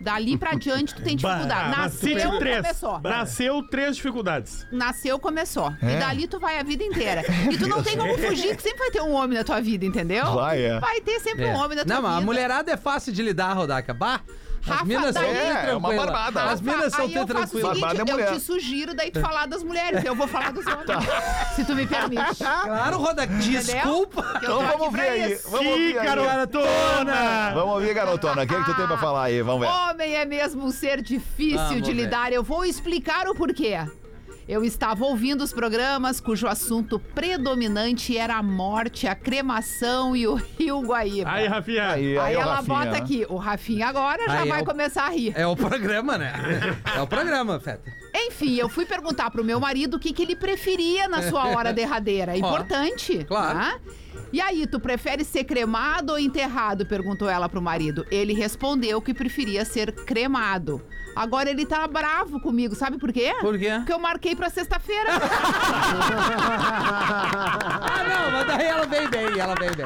S6: Dali pra diante, tu tem
S8: Ah,
S6: dificuldade.
S8: mas cite
S6: Nasceu,
S8: três.
S6: começou.
S8: Nasceu três dificuldades.
S6: Nasceu, começou.
S4: É.
S6: E dali tu vai a vida inteira. E tu não tem como fugir, que sempre vai ter um homem na tua vida, entendeu?
S4: Vai, é.
S6: Vai ter sempre um homem na tua
S7: Não, mas
S6: vida.
S7: a mulherada é fácil de lidar, Rodaca. Bah,
S6: Rafa,
S7: as minas são
S6: daí-
S7: bem
S4: É, é uma
S7: tranquilas.
S4: barbada.
S7: As minas são
S6: Aí
S7: bem
S6: eu faço o
S7: tranquilas.
S6: seguinte,
S4: Barbada é
S6: eu
S4: mulher.
S6: te sugiro daí tu falar das mulheres, eu vou falar dos homens.
S4: Tá.
S6: Se tu me permite.
S7: Claro, Rodaca. Desculpa.
S6: Entendeu? Que eu
S4: Então
S6: tô aqui
S4: vamos ver
S6: pra
S4: aí.
S6: isso.
S4: Vamos ver aí. Vamos ver, garotona. O que, é que tu tem pra falar aí? Vamos ver.
S6: Homem é mesmo um ser difícil
S7: Vamos
S6: de
S7: ver.
S6: lidar. Eu vou explicar o porquê. Eu estava ouvindo os programas cujo assunto predominante era a morte, a cremação e o Rio Guaíba.
S8: Aí, Rafinha.
S4: Aí, é
S6: Aí
S4: o
S6: ela
S4: Rafinha. né?
S6: bota aqui, o Rafinha agora já
S7: Aí
S6: vai
S7: eu-
S6: começar a rir.
S7: É o programa, né? É o programa, Feta.
S6: Enfim, eu fui perguntar pro meu marido o que, que ele preferia na sua hora derradeira. É Importante.
S7: claro.
S6: tá? E aí, tu prefere ser cremado ou enterrado? Perguntou ela pro marido. Ele respondeu que preferia ser cremado. Agora ele tá bravo comigo, sabe por quê?
S7: Por quê?
S6: Porque eu marquei pra sexta-feira.
S7: Ah, não, mas daí ela vem bem, ela vem bem.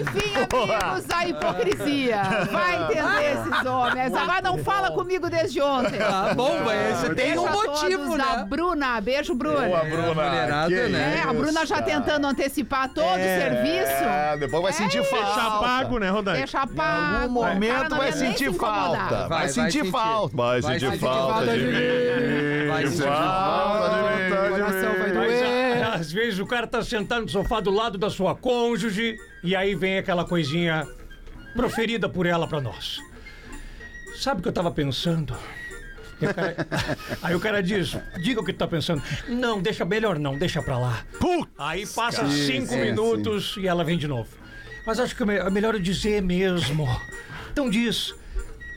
S6: Enfim, amigos, a hipocrisia. Vai entender esses homens. Agora não fala comigo desde ontem.
S7: Ah, bom, mas você tem
S6: Beijo
S7: um
S6: a
S7: motivo,
S6: todos Da
S7: né?
S6: Bruna. Beijo, Bruna.
S4: Boa, Bruna.
S7: É, mulherada,
S4: que
S7: né?
S6: É, a Bruna já tentando antecipar todo o serviço.
S4: É, depois vai
S6: É
S4: sentir
S6: isso.
S4: falta.
S8: Deixar pago, né, Rodaca?
S6: Deixa
S4: Em
S6: pago.
S4: algum
S6: O cara
S4: momento
S6: não
S4: vai
S6: ia nem
S4: sentir
S6: se incomodar.
S4: falta. Vai,
S7: Vai, vai
S4: sentir
S7: sentir.
S4: falta. Vai sentir falta de mim.
S7: Vai sentir
S4: Falta de mim.
S5: é.
S9: Mas, ah, às vezes o cara tá sentado no sofá do lado da sua cônjuge e aí vem aquela coisinha proferida por ela pra nós. Sabe o que eu tava pensando? E o cara- aí o cara diz, diga o que tu tá pensando. Não, deixa melhor não, deixa pra lá. aí passa cinco
S5: é,
S9: minutos e ela vem de novo. Mas acho que é me- é melhor eu dizer mesmo. Então diz,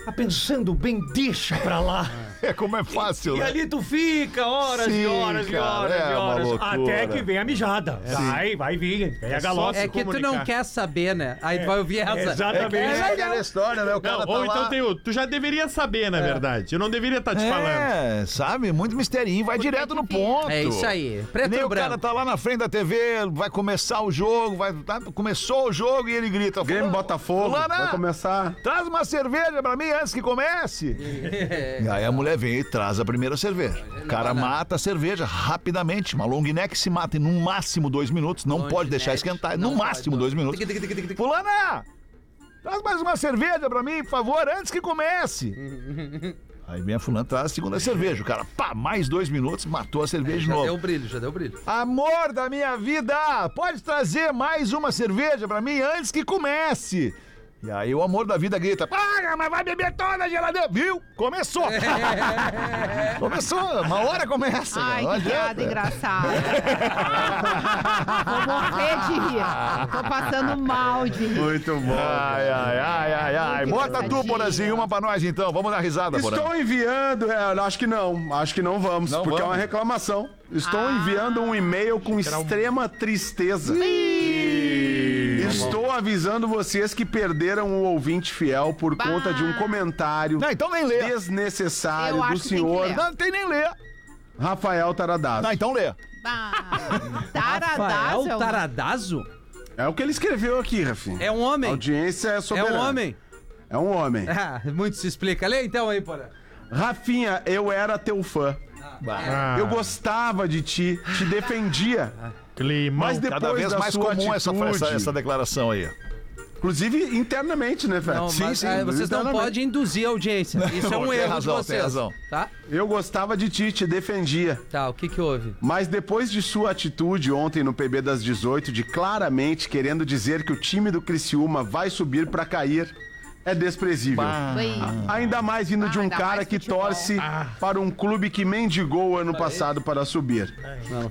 S9: tá pensando bem, deixa pra lá.
S4: É como é fácil,
S9: E
S4: né?
S9: ali tu fica horas
S4: Sim,
S9: e horas e
S4: cara,
S9: horas
S4: é
S9: e
S4: uma
S9: horas.
S4: loucura.
S9: Até que vem a mijada. Vai, vai vir. Vem a galope.
S7: É que tu não quer saber, né? Aí tu vai ouvir essa.
S9: Exatamente.
S4: É aquela história, né? O
S8: Não,
S4: cara
S8: ou
S4: tá
S8: então
S4: lá.
S8: tem o. Tu já deveria saber, na verdade. Eu não deveria estar te falando.
S4: É, sabe? Muito misterinho. Vai direto no ponto.
S7: É isso aí. Preto
S4: Nem
S7: e
S4: o cara
S7: branco.
S4: tá lá na frente da TV, vai começar o jogo, vai, tá- começou o jogo e ele grita.
S5: Game
S4: "Fulano,
S5: Botafogo.
S4: fulana,
S5: Vai começar.
S4: Traz uma cerveja pra mim antes que comece.
S7: É.
S4: E aí a mulher vem e traz a primeira cerveja. O cara mata a cerveja rapidamente. Uma long neck se mata em no máximo dois minutos. Não pode deixar esquentar. No máximo dois minutos. Fulana! Traz mais uma cerveja pra mim, por favor, antes que comece. Aí vem a fulana, traz a segunda cerveja. O cara, pá, mais dois minutos, matou a cerveja de
S7: Já
S4: novo.
S7: deu brilho, já deu brilho.
S4: Amor da minha vida, pode trazer mais uma cerveja pra mim antes que comece. E aí o amor da vida grita: Paga, mas vai beber toda a geladeira, viu? Começou! Começou, uma hora começa.
S6: Ai,
S4: meu, não
S6: que
S4: adianta.
S6: piada engraçada. Vou morrer de rir. Tô passando mal de rir.
S5: Muito bom.
S4: Ai, ai, ai, ai, ai.
S6: Que
S4: Bota tu,
S6: engraçadinho.
S4: Borazinho, uma pra nós então. Vamos dar risada, Borazinho.
S5: Estou enviando, é, acho que não, acho que não vamos,
S4: Não
S5: porque
S4: vamos. Ah.
S5: é uma reclamação. Estou enviando um e-mail com extrema tristeza. Estou avisando vocês que perderam o ouvinte fiel por
S6: Bah.
S5: conta de um comentário
S4: Não, então nem lê.
S5: desnecessário
S6: Eu
S5: do
S6: acho que tem que
S5: senhor
S6: ler.
S4: Não, tem nem ler.
S5: Rafael Taradaz.
S4: Não, então lê.
S6: Ah,
S7: Rafael
S6: Taradazo é um-
S7: Taradazo?
S5: É o que ele escreveu aqui, Rafinha.
S7: É um
S5: A
S7: homem.
S5: audiência é
S7: É
S5: soberana.
S7: um homem.
S5: É um homem.
S7: Ah, muito se explica. Lê então aí, porra.
S5: Rafinha, eu era teu fã. Eu gostava de ti, te defendia.
S8: Climão.
S5: Mas depois
S4: Cada vez
S5: da
S4: mais
S5: sua
S4: comum essa,
S5: atitude, É.
S4: essa, essa declaração aí.
S5: Inclusive internamente, né, velho?
S7: Não, mas, ah, vocês não
S5: internamente.
S7: podem induzir a audiência. Isso é um
S4: Tem
S7: erro
S4: razão,
S7: de
S4: tem
S7: vocês.
S4: razão.
S7: Tá?
S5: Eu gostava de ti, te defendia.
S7: Tá, o que que houve?
S5: Mas depois de sua atitude ontem no PB das 18, de claramente querendo dizer que o time do Criciúma vai subir pra cair, é desprezível.
S6: Oi.
S5: Ainda mais vindo
S6: Ah,
S5: de um
S6: ainda
S5: cara
S6: mais
S5: que
S6: futebol.
S5: torce
S7: Ah.
S5: para um clube que mendigou
S7: É
S5: ano passado para subir.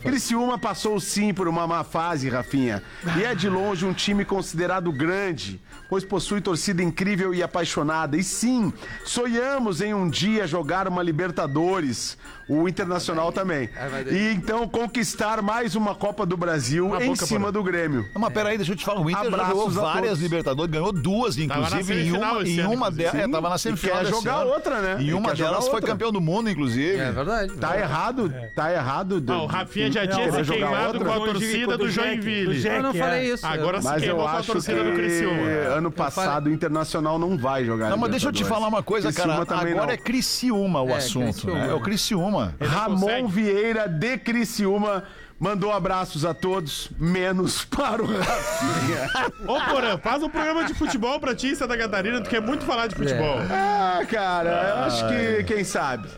S5: Criciúma passou sim por uma má fase, Rafinha. E é de longe um time considerado grande, pois possui torcida incrível e apaixonada. E sim, sonhamos em um dia jogar uma Libertadores, o Internacional também.
S7: Aí vai daí.
S5: E então conquistar mais uma Copa do Brasil em
S8: boca,
S5: cima
S8: Porã.
S5: do Grêmio.
S4: Não, Mas peraí, deixa eu te falar. O Inter já
S5: Abraços
S4: ganhou
S5: a
S4: várias
S5: todos.
S4: Libertadores, ganhou duas,
S8: na
S4: inclusive. Em
S8: semifinal
S4: uma,
S8: esse
S4: em
S8: ano,
S4: uma
S8: inclusive.
S4: delas. É, tava na
S5: E
S4: semifinal.
S5: quer
S4: desse
S5: jogar
S4: ano.
S5: outra, né?
S4: E
S5: E
S4: uma
S5: quer jogar
S4: delas foi
S5: outra.
S4: campeão do mundo, inclusive.
S7: É verdade.
S5: Tá errado, tá errado. do-
S8: Ah, o Rafinha já tinha
S5: vai
S8: se
S5: jogar
S8: queimado
S5: outra?
S8: com a
S9: Contra o Jack,
S8: torcida
S9: contra
S8: do
S9: o Jack, do
S8: Joinville.
S9: Jack.
S7: Eu não
S9: É que
S7: falei
S9: é.
S7: isso.
S8: Ah, Agora
S4: tá.
S8: se
S5: Mas
S8: queimou
S5: eu
S8: com a
S5: acho que
S8: torcida do tá Criciúma.
S5: ano passado o Internacional não vai jogar.
S4: Não, mas deixa eu te falar uma coisa, cara.
S5: Criciúma também
S4: Agora
S5: não.
S4: é Criciúma o
S7: É,
S4: assunto.
S7: Criciúma.
S4: né? É o Criciúma.
S5: Ramon
S8: consegue.
S5: Vieira de Criciúma mandou abraços a todos, menos para o Rafinha.
S8: Ô, Porã, faz um programa de futebol pra ti em Santa Catarina, tu quer muito falar de futebol.
S5: ah, cara, eu acho que quem sabe.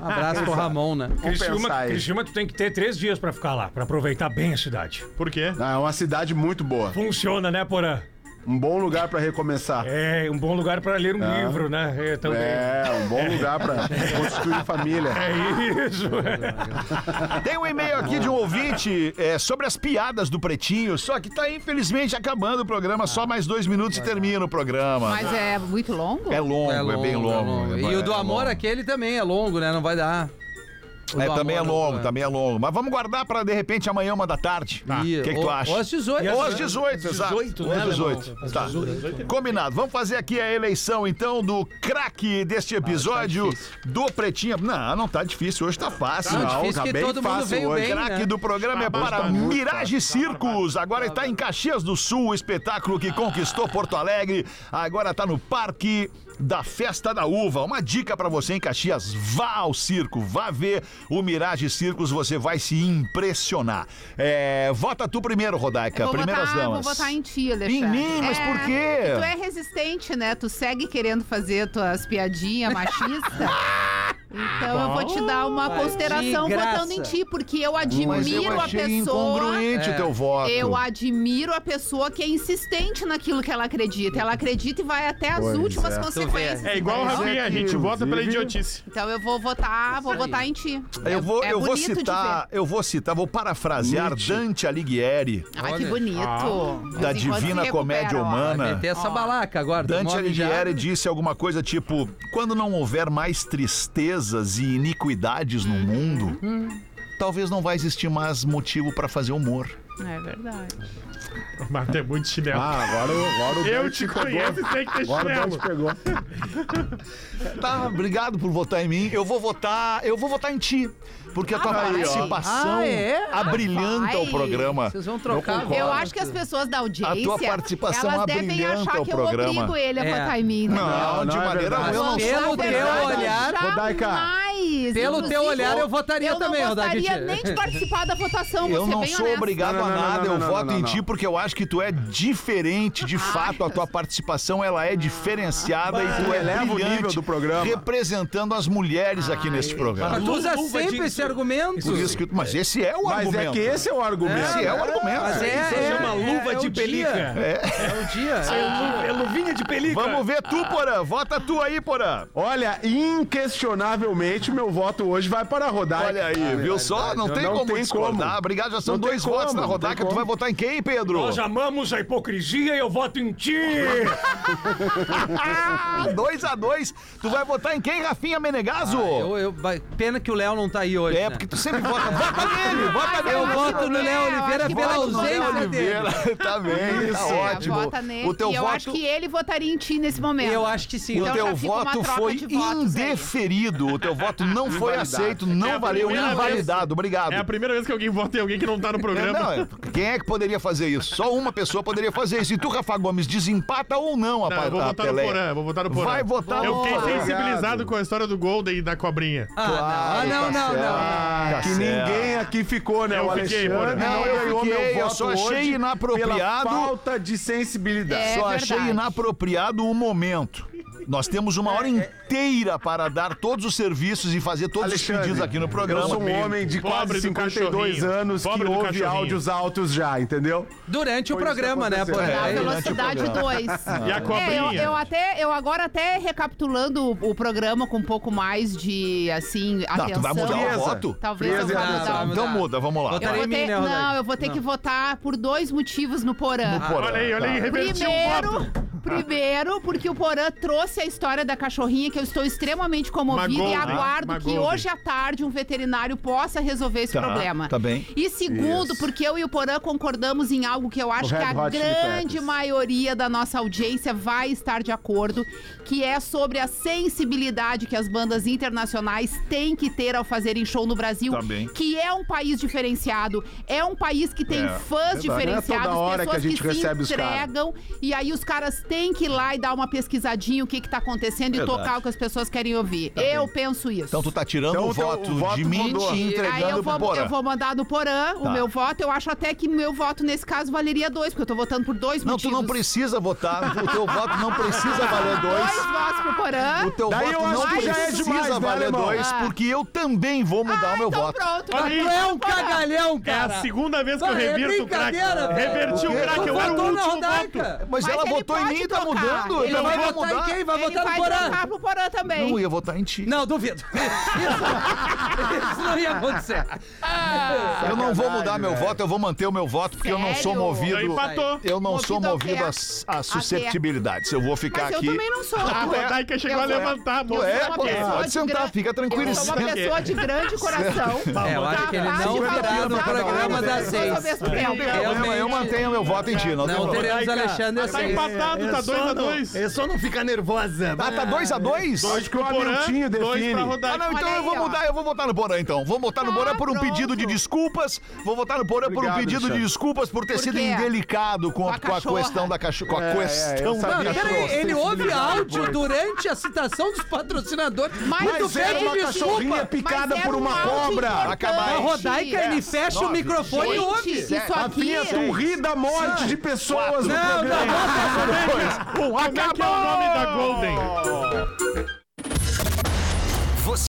S7: Um abraço pro Ramon, né?
S4: É
S5: pensar
S9: Criciúma,
S5: aí.
S9: Criciúma, tu tem que ter três dias pra ficar lá, pra aproveitar bem a cidade.
S8: Por quê?
S5: Ah, É uma cidade muito boa,
S9: Funciona, né, Porã?
S5: um bom lugar para recomeçar.
S9: É um bom lugar pra ler um livro, né? É, também.
S5: É, um bom lugar para constituir família.
S9: É isso.
S4: Tem um e-mail aqui de um ouvinte é, sobre as piadas do Pretinho, só que tá infelizmente acabando o programa, só mais dois minutos e termina o programa.
S6: Mas é muito longo?
S4: É longo, é, bem longo.
S7: E o do amor
S4: é,
S7: aquele também é longo, né? Não vai dar. O
S4: É,
S7: do
S4: também é
S7: amor,
S4: longo,
S7: é.
S4: também é longo. Mas vamos guardar pra, de repente, amanhã, uma da tarde. O
S7: E-
S4: Ah, que, que
S7: ou-
S4: tu acha?
S7: Ou às 18.
S4: Ou às
S7: né,
S4: 18, exato. Ou às 18. Tá. Combinado. Vamos fazer aqui a eleição, então, do craque deste episódio
S7: Ah, tá difícil.
S4: do Pretinho. Não, não tá difícil. Hoje tá fácil.
S7: Não,
S5: Não,
S7: difícil
S5: tá
S7: que
S5: bem
S7: todo mundo
S5: fácil
S7: veio
S5: hoje.
S7: bem,
S4: O craque
S7: né?
S4: do programa é para Mirage Circos. Agora está em Caxias do Sul, o espetáculo que conquistou Porto Alegre. Agora está no Parque da Festa da Uva. Uma dica para você em Caxias: vá ao circo, vá ver o Mirage Circos, você vai se impressionar. É, vota tu primeiro, Rodaica.
S6: Vou
S4: Primeiras
S6: votar,
S4: damas.
S6: vou votar em ti, Alexandre.
S4: Em mim? Mas por quê?
S6: Tu é resistente, né? Tu segue querendo fazer tuas piadinhas machistas. Então eu vou te dar uma
S7: Vai,
S6: consideração
S7: de graça.
S6: votando em ti, porque eu
S4: Mas
S6: admiro
S4: eu
S6: a
S4: achei
S6: pessoa.
S4: incongruente o teu voto.
S6: Eu admiro a pessoa que é insistente naquilo que ela acredita. Ela acredita e vai até as
S5: Pois
S6: últimas
S5: é.
S6: consequências.
S8: É igual o
S6: entendeu?
S8: Rafinha, a gente
S5: inclusive-
S8: vota pela idiotice.
S6: Então eu vou votar, vou
S7: Isso aí.
S6: votar em ti.
S4: Eu
S6: É-
S4: vou,
S6: é
S4: eu vou
S6: bonito de
S4: citar, eu vou citar, vou parafrasear
S5: Nietzsche.
S4: Dante Alighieri.
S6: ver. Ai, que
S7: Olha.
S6: bonito. De
S4: da
S6: vez em quando se
S4: Divina
S6: recupera,
S4: Comédia
S6: ó.
S7: Vai
S4: Humana.
S7: meter essa balaca agora.
S4: Dante
S7: tu morre já. né?
S4: Alighieri disse alguma coisa tipo: quando não houver mais tristezas e iniquidades no mundo, talvez não vai existir mais motivo para fazer humor.
S6: É verdade.
S8: Mas tem muito chinelo.
S5: Ah, agora, o- agora o
S8: eu
S5: Dante
S8: te
S5: pegou.
S8: conheço e sei que tem
S5: Agora o Dante
S8: chinelo.
S5: pegou.
S4: Tá, obrigado por votar em mim. Eu vou votar, eu vou votar em ti, porque a tua
S6: vai.
S4: participação
S7: Ah, é?
S4: abrilhanta o
S6: Vai.
S4: programa.
S7: Vocês vão trocar.
S6: Eu acho que as pessoas da audiência.
S4: A tua participação
S6: elas devem
S4: abrilhanta
S6: achar
S4: o
S6: que
S4: programa.
S6: eu obrigo ele a
S7: É.
S6: votar em mim. entendeu?
S4: Não,
S5: Não,
S4: de
S5: não é
S4: maneira
S5: verdade.
S4: alguma. eu não
S7: Pelo
S4: sou
S7: teu
S4: obrigado.
S7: olhar,
S5: Rodaica,
S6: Jamais. Rodrigues.
S7: Pelo teu
S6: Inclusive,
S7: olhar, eu votaria
S6: eu
S7: também,
S6: não gostaria
S7: Rodrigues.
S6: nem de participar da votação, vou
S4: Eu
S6: ser
S4: não
S6: bem
S4: sou
S6: honesta.
S4: obrigado
S5: Não,
S4: a
S5: não, não,
S4: nada,
S5: não,
S4: eu
S5: não,
S4: voto
S5: não,
S4: em
S5: não.
S4: ti porque eu acho que tu é diferente, de fato, a tua participação ela é diferenciada e tu
S5: Tu
S4: é
S5: eleva o
S4: brilhante
S5: nível do programa.
S4: representando as mulheres aqui neste programa.
S7: Mas tu usa
S11: Luva
S7: sempre
S11: disso.
S7: esse argumento.
S4: Por isso que- mas esse é o
S5: Mas
S4: argumento.
S5: é que esse é o argumento.
S4: Esse é o argumento.
S7: Mas é,
S11: Isso
S7: é,
S11: chama luva de
S7: o
S11: pelica.
S7: dia. É. o dia.
S11: É luvinha de pelica.
S4: Vamos ver tu, Porã. Vota tu aí, Porã.
S5: Olha, inquestionavelmente, meu voto hoje vai para a Ah, Rodaica.
S4: Olha aí, viu só? Não tem como discordar. Obrigado, já são
S5: Não tem
S4: dois votos
S5: como,
S4: na
S5: não tem
S4: Rodaica. Tu
S5: como.
S4: vai votar em quem, Pedro?
S11: Nós amamos a hipocrisia e eu voto em ti.
S4: Ah, dois a dois. Tu vai votar em quem, Rafinha Menegaso?
S7: Eu, eu- vai- pena que o Léo não tá aí hoje.
S4: É,
S7: né?
S4: porque tá tu sempre vota. Vota nele, vota nele.
S7: Eu voto no Léo Oliveira
S8: É
S6: acho que
S7: pela
S6: voto no Léo
S7: ausência dele.
S4: tá bem, tá
S6: É,
S4: ótimo.
S6: Vota nele.
S4: O teu
S6: e eu acho
S4: voto,
S6: que ele votaria em ti nesse momento.
S7: Eu acho que sim.
S4: o
S6: Então
S4: teu
S6: já fica uma
S4: voto
S6: troca
S4: foi
S6: de votos aí.
S4: indeferido. O teu voto não foi aceito, não
S8: É a
S4: valeu,
S8: primeira vez.
S4: invalidado. Obrigado.
S8: É a primeira vez que alguém vota em alguém que não tá no
S4: É,
S8: programa.
S4: Não, é- quem é que poderia fazer isso? Só uma pessoa poderia fazer isso. E tu, Rafa Gomes, desempata ou não a,
S8: Não,
S4: pa-
S8: Tá, eu vou
S4: a
S8: votar no
S4: Pelé?
S8: Porã, eu vou votar no Porã.
S4: Vai votar
S8: Eu
S4: no
S8: fiquei
S4: Porã.
S8: sensibilizado com a história do Golden e da cobrinha.
S7: Ah, não, ah,
S4: Claro,
S7: não,
S4: tá
S7: não,
S4: certo.
S7: não.
S4: Tá
S5: ah, Que
S4: certo.
S5: ninguém aqui ficou, né?
S8: Eu
S5: o
S8: fiquei,
S5: Alexandre
S8: Porã.
S4: Não, eu
S5: ganhou
S4: fiquei, eu só achei
S5: hoje Pela
S4: inapropriado.
S5: falta de sensibilidade.
S6: É
S4: Só achei
S6: verdade.
S4: inapropriado o momento. Nós temos uma hora inteira para dar todos os serviços e fazer todos os
S5: Alexandre,
S4: pedidos aqui no programa.
S5: Eu sou um homem de
S8: Pobre
S5: quase
S8: do
S5: 52
S8: cachorrinho.
S5: anos que
S8: Pobre do
S5: ouve
S8: cachorrinho.
S5: áudios altos já, entendeu?
S7: Durante o
S5: Foi isso que
S7: programa, né,
S5: aconteceu.
S7: Porã?
S6: A
S4: É,
S7: É isso.
S4: durante o
S6: velocidade
S4: programa.
S6: 2.
S8: E a cobrinha?
S6: eu, eu até, eu agora até recapitulando o, o programa com um pouco mais de, assim,
S4: Tá,
S6: atenção.
S4: tu vai mudar o
S5: Frieza.
S4: voto?
S6: Talvez eu
S5: Frieza e
S6: vá
S5: atenção.
S6: mudar.
S4: Então muda, vamos lá.
S6: Eu
S7: Votarei
S6: vou
S7: em mim,
S6: ter,
S7: né,
S6: não,
S7: Rodaica?
S6: eu vou ter
S7: Não.
S6: que votar por dois motivos no
S4: No
S6: Porã. Ah,
S4: Porã.
S8: Olha aí, olha
S5: tá.
S8: aí, revertiu o voto.
S6: Primeiro, primeiro, porque o Porã trouxe a história da cachorrinha que eu estou extremamente comovida
S8: Magou,
S6: e
S8: né?
S6: aguardo que
S8: Magou,
S6: hoje à tarde um veterinário possa resolver esse
S4: Tá,
S6: problema.
S4: tá bem.
S6: E segundo, porque eu e o Porã concordamos em algo que eu acho
S5: O
S6: que
S5: Red
S6: a
S5: Hot Chili
S6: grande
S5: Peppers.
S6: maioria da nossa audiência vai estar de acordo, que é sobre a sensibilidade que as bandas internacionais têm que ter ao fazerem show no Brasil,
S4: Tá bem.
S6: que é um país diferenciado, é um país que tem
S4: É,
S6: fãs
S5: verdade. Não é toda
S6: diferenciados,
S5: hora que a
S6: pessoas
S5: gente
S6: se
S5: recebe os caras.
S6: entregam, e aí os caras têm que ir lá e dar uma pesquisadinha o que que tá acontecendo
S4: Verdade. Tá
S6: e tocar o que as pessoas querem ouvir. eu penso isso.
S4: Então tu tá tirando
S5: Então
S4: o
S5: o teu
S4: voto
S5: voto
S4: de mim
S5: mudou.
S4: e
S6: Aí
S4: entregando pro
S6: eu vou,
S4: Porã.
S6: eu vou mandar do Porã
S4: Tá.
S6: o meu voto. Eu acho até que meu voto nesse caso valeria dois, porque eu tô votando por dois
S4: Não, tu
S6: motivos.
S4: não precisa votar. O teu voto não precisa valer
S6: Dois
S4: dois.
S6: votos pro Porã.
S4: O teu
S5: Daí eu
S4: voto não
S5: acho que
S4: precisa
S5: já é demais, né,
S4: valer
S5: alemão?
S4: dois,
S6: Ah.
S4: porque eu também vou mudar o meu
S6: então
S4: voto.
S6: pronto.
S8: Olha aí.
S7: Tu é um cagalhão,
S8: É
S7: cara.
S8: a segunda vez que eu
S7: Vai, é
S8: revirto o craque.
S7: brincadeira, velho.
S8: Reverti o
S4: Por quê?
S8: craque,
S7: Tu
S8: eu era o
S7: votou na
S8: último voto.
S7: Rodaica.
S4: Mas,
S6: Mas
S4: ela
S6: ele
S4: votou em
S6: pode
S4: mim, tá
S6: trocar.
S4: mudando.
S6: Ele
S7: Ele
S4: Ela
S7: vai
S4: vai
S7: votar em
S4: mudar.
S7: quem? Vai
S6: Ele
S7: votar no
S6: vai trocar
S7: Porã.
S6: pro Porã também.
S4: Não, eu ia votar em ti.
S7: Não, duvido. Isso, isso não ia acontecer.
S4: eu não vou mudar meu voto, eu vou manter o meu voto, porque eu não sou
S6: Sério?
S4: movido.
S8: Então empatou.
S4: Eu não
S6: Movido
S4: sou
S6: ao
S4: movido
S6: quê?
S4: às às susceptibilidades. Eu vou ficar
S6: Mas eu
S4: aqui. Ah, é
S6: também não sou. Ah,
S8: A
S6: Eu sou
S8: Rodaica chegou a
S6: Eu vou-
S8: levantar a
S4: Tu
S8: mão.
S4: é,
S6: uma
S4: pode,
S6: pessoa
S4: pode
S6: de
S4: sentar,
S6: gran-
S4: fica
S6: Eu
S4: tranquilo.
S6: sou uma pessoa de grande coração.
S7: É, eu acho que ele
S6: capaz
S7: não
S6: de
S7: vai
S6: falar
S7: dar no
S6: várias
S7: programa
S6: coisas
S7: das seis.
S6: ao mesmo tempo.
S4: Eu, eu mantenho meu voto em ti, não, tem
S7: Não
S4: problema.
S7: teremos Alexandre
S8: Tá
S7: seis.
S8: empatado, tá 2x2.
S11: É só não ficar nervosa.
S4: Ah, tá 2 a 2
S5: Acho que o Hamiltinho
S8: é? dois pra
S5: define.
S4: Ah,
S8: rodar.
S4: não, então
S6: Olha
S4: eu vou
S6: aí, ó. Tá
S4: mudar, eu vou votar no Porã, então. Vou votar no Porã por um
S6: pronto.
S4: pedido de desculpas, vou votar no Porã por um
S5: Obrigado,
S4: pedido de
S5: Alexandre.
S4: desculpas por ter
S6: Por
S4: sido
S6: quê?
S4: indelicado com,
S6: Com
S4: a,
S6: a
S4: com a
S6: cachorra.
S4: questão da cachorra. Com a
S5: É, é,
S4: questão
S5: eu
S4: da
S5: sabia.
S7: Não,
S4: cachorra.
S7: peraí, ele ouve
S5: sensibilidade,
S7: áudio
S5: pois.
S7: durante a citação dos patrocinadores.
S6: Mas
S7: Muito
S5: Mas era
S7: bem,
S5: uma cachorrinha picada
S6: mas
S5: por
S6: era um
S5: uma
S6: áudio
S5: cobra.
S6: importante. É.
S4: Acabar.
S7: A Rodaica, ele fecha o
S4: nove,
S7: microfone e
S6: Gente,
S7: ouve.
S6: isso aqui... é
S5: Rafinha, tu ri da morte de pessoas no
S7: Não, não,
S5: programa.
S8: é
S7: não.
S8: Como é que é o nome da Golden?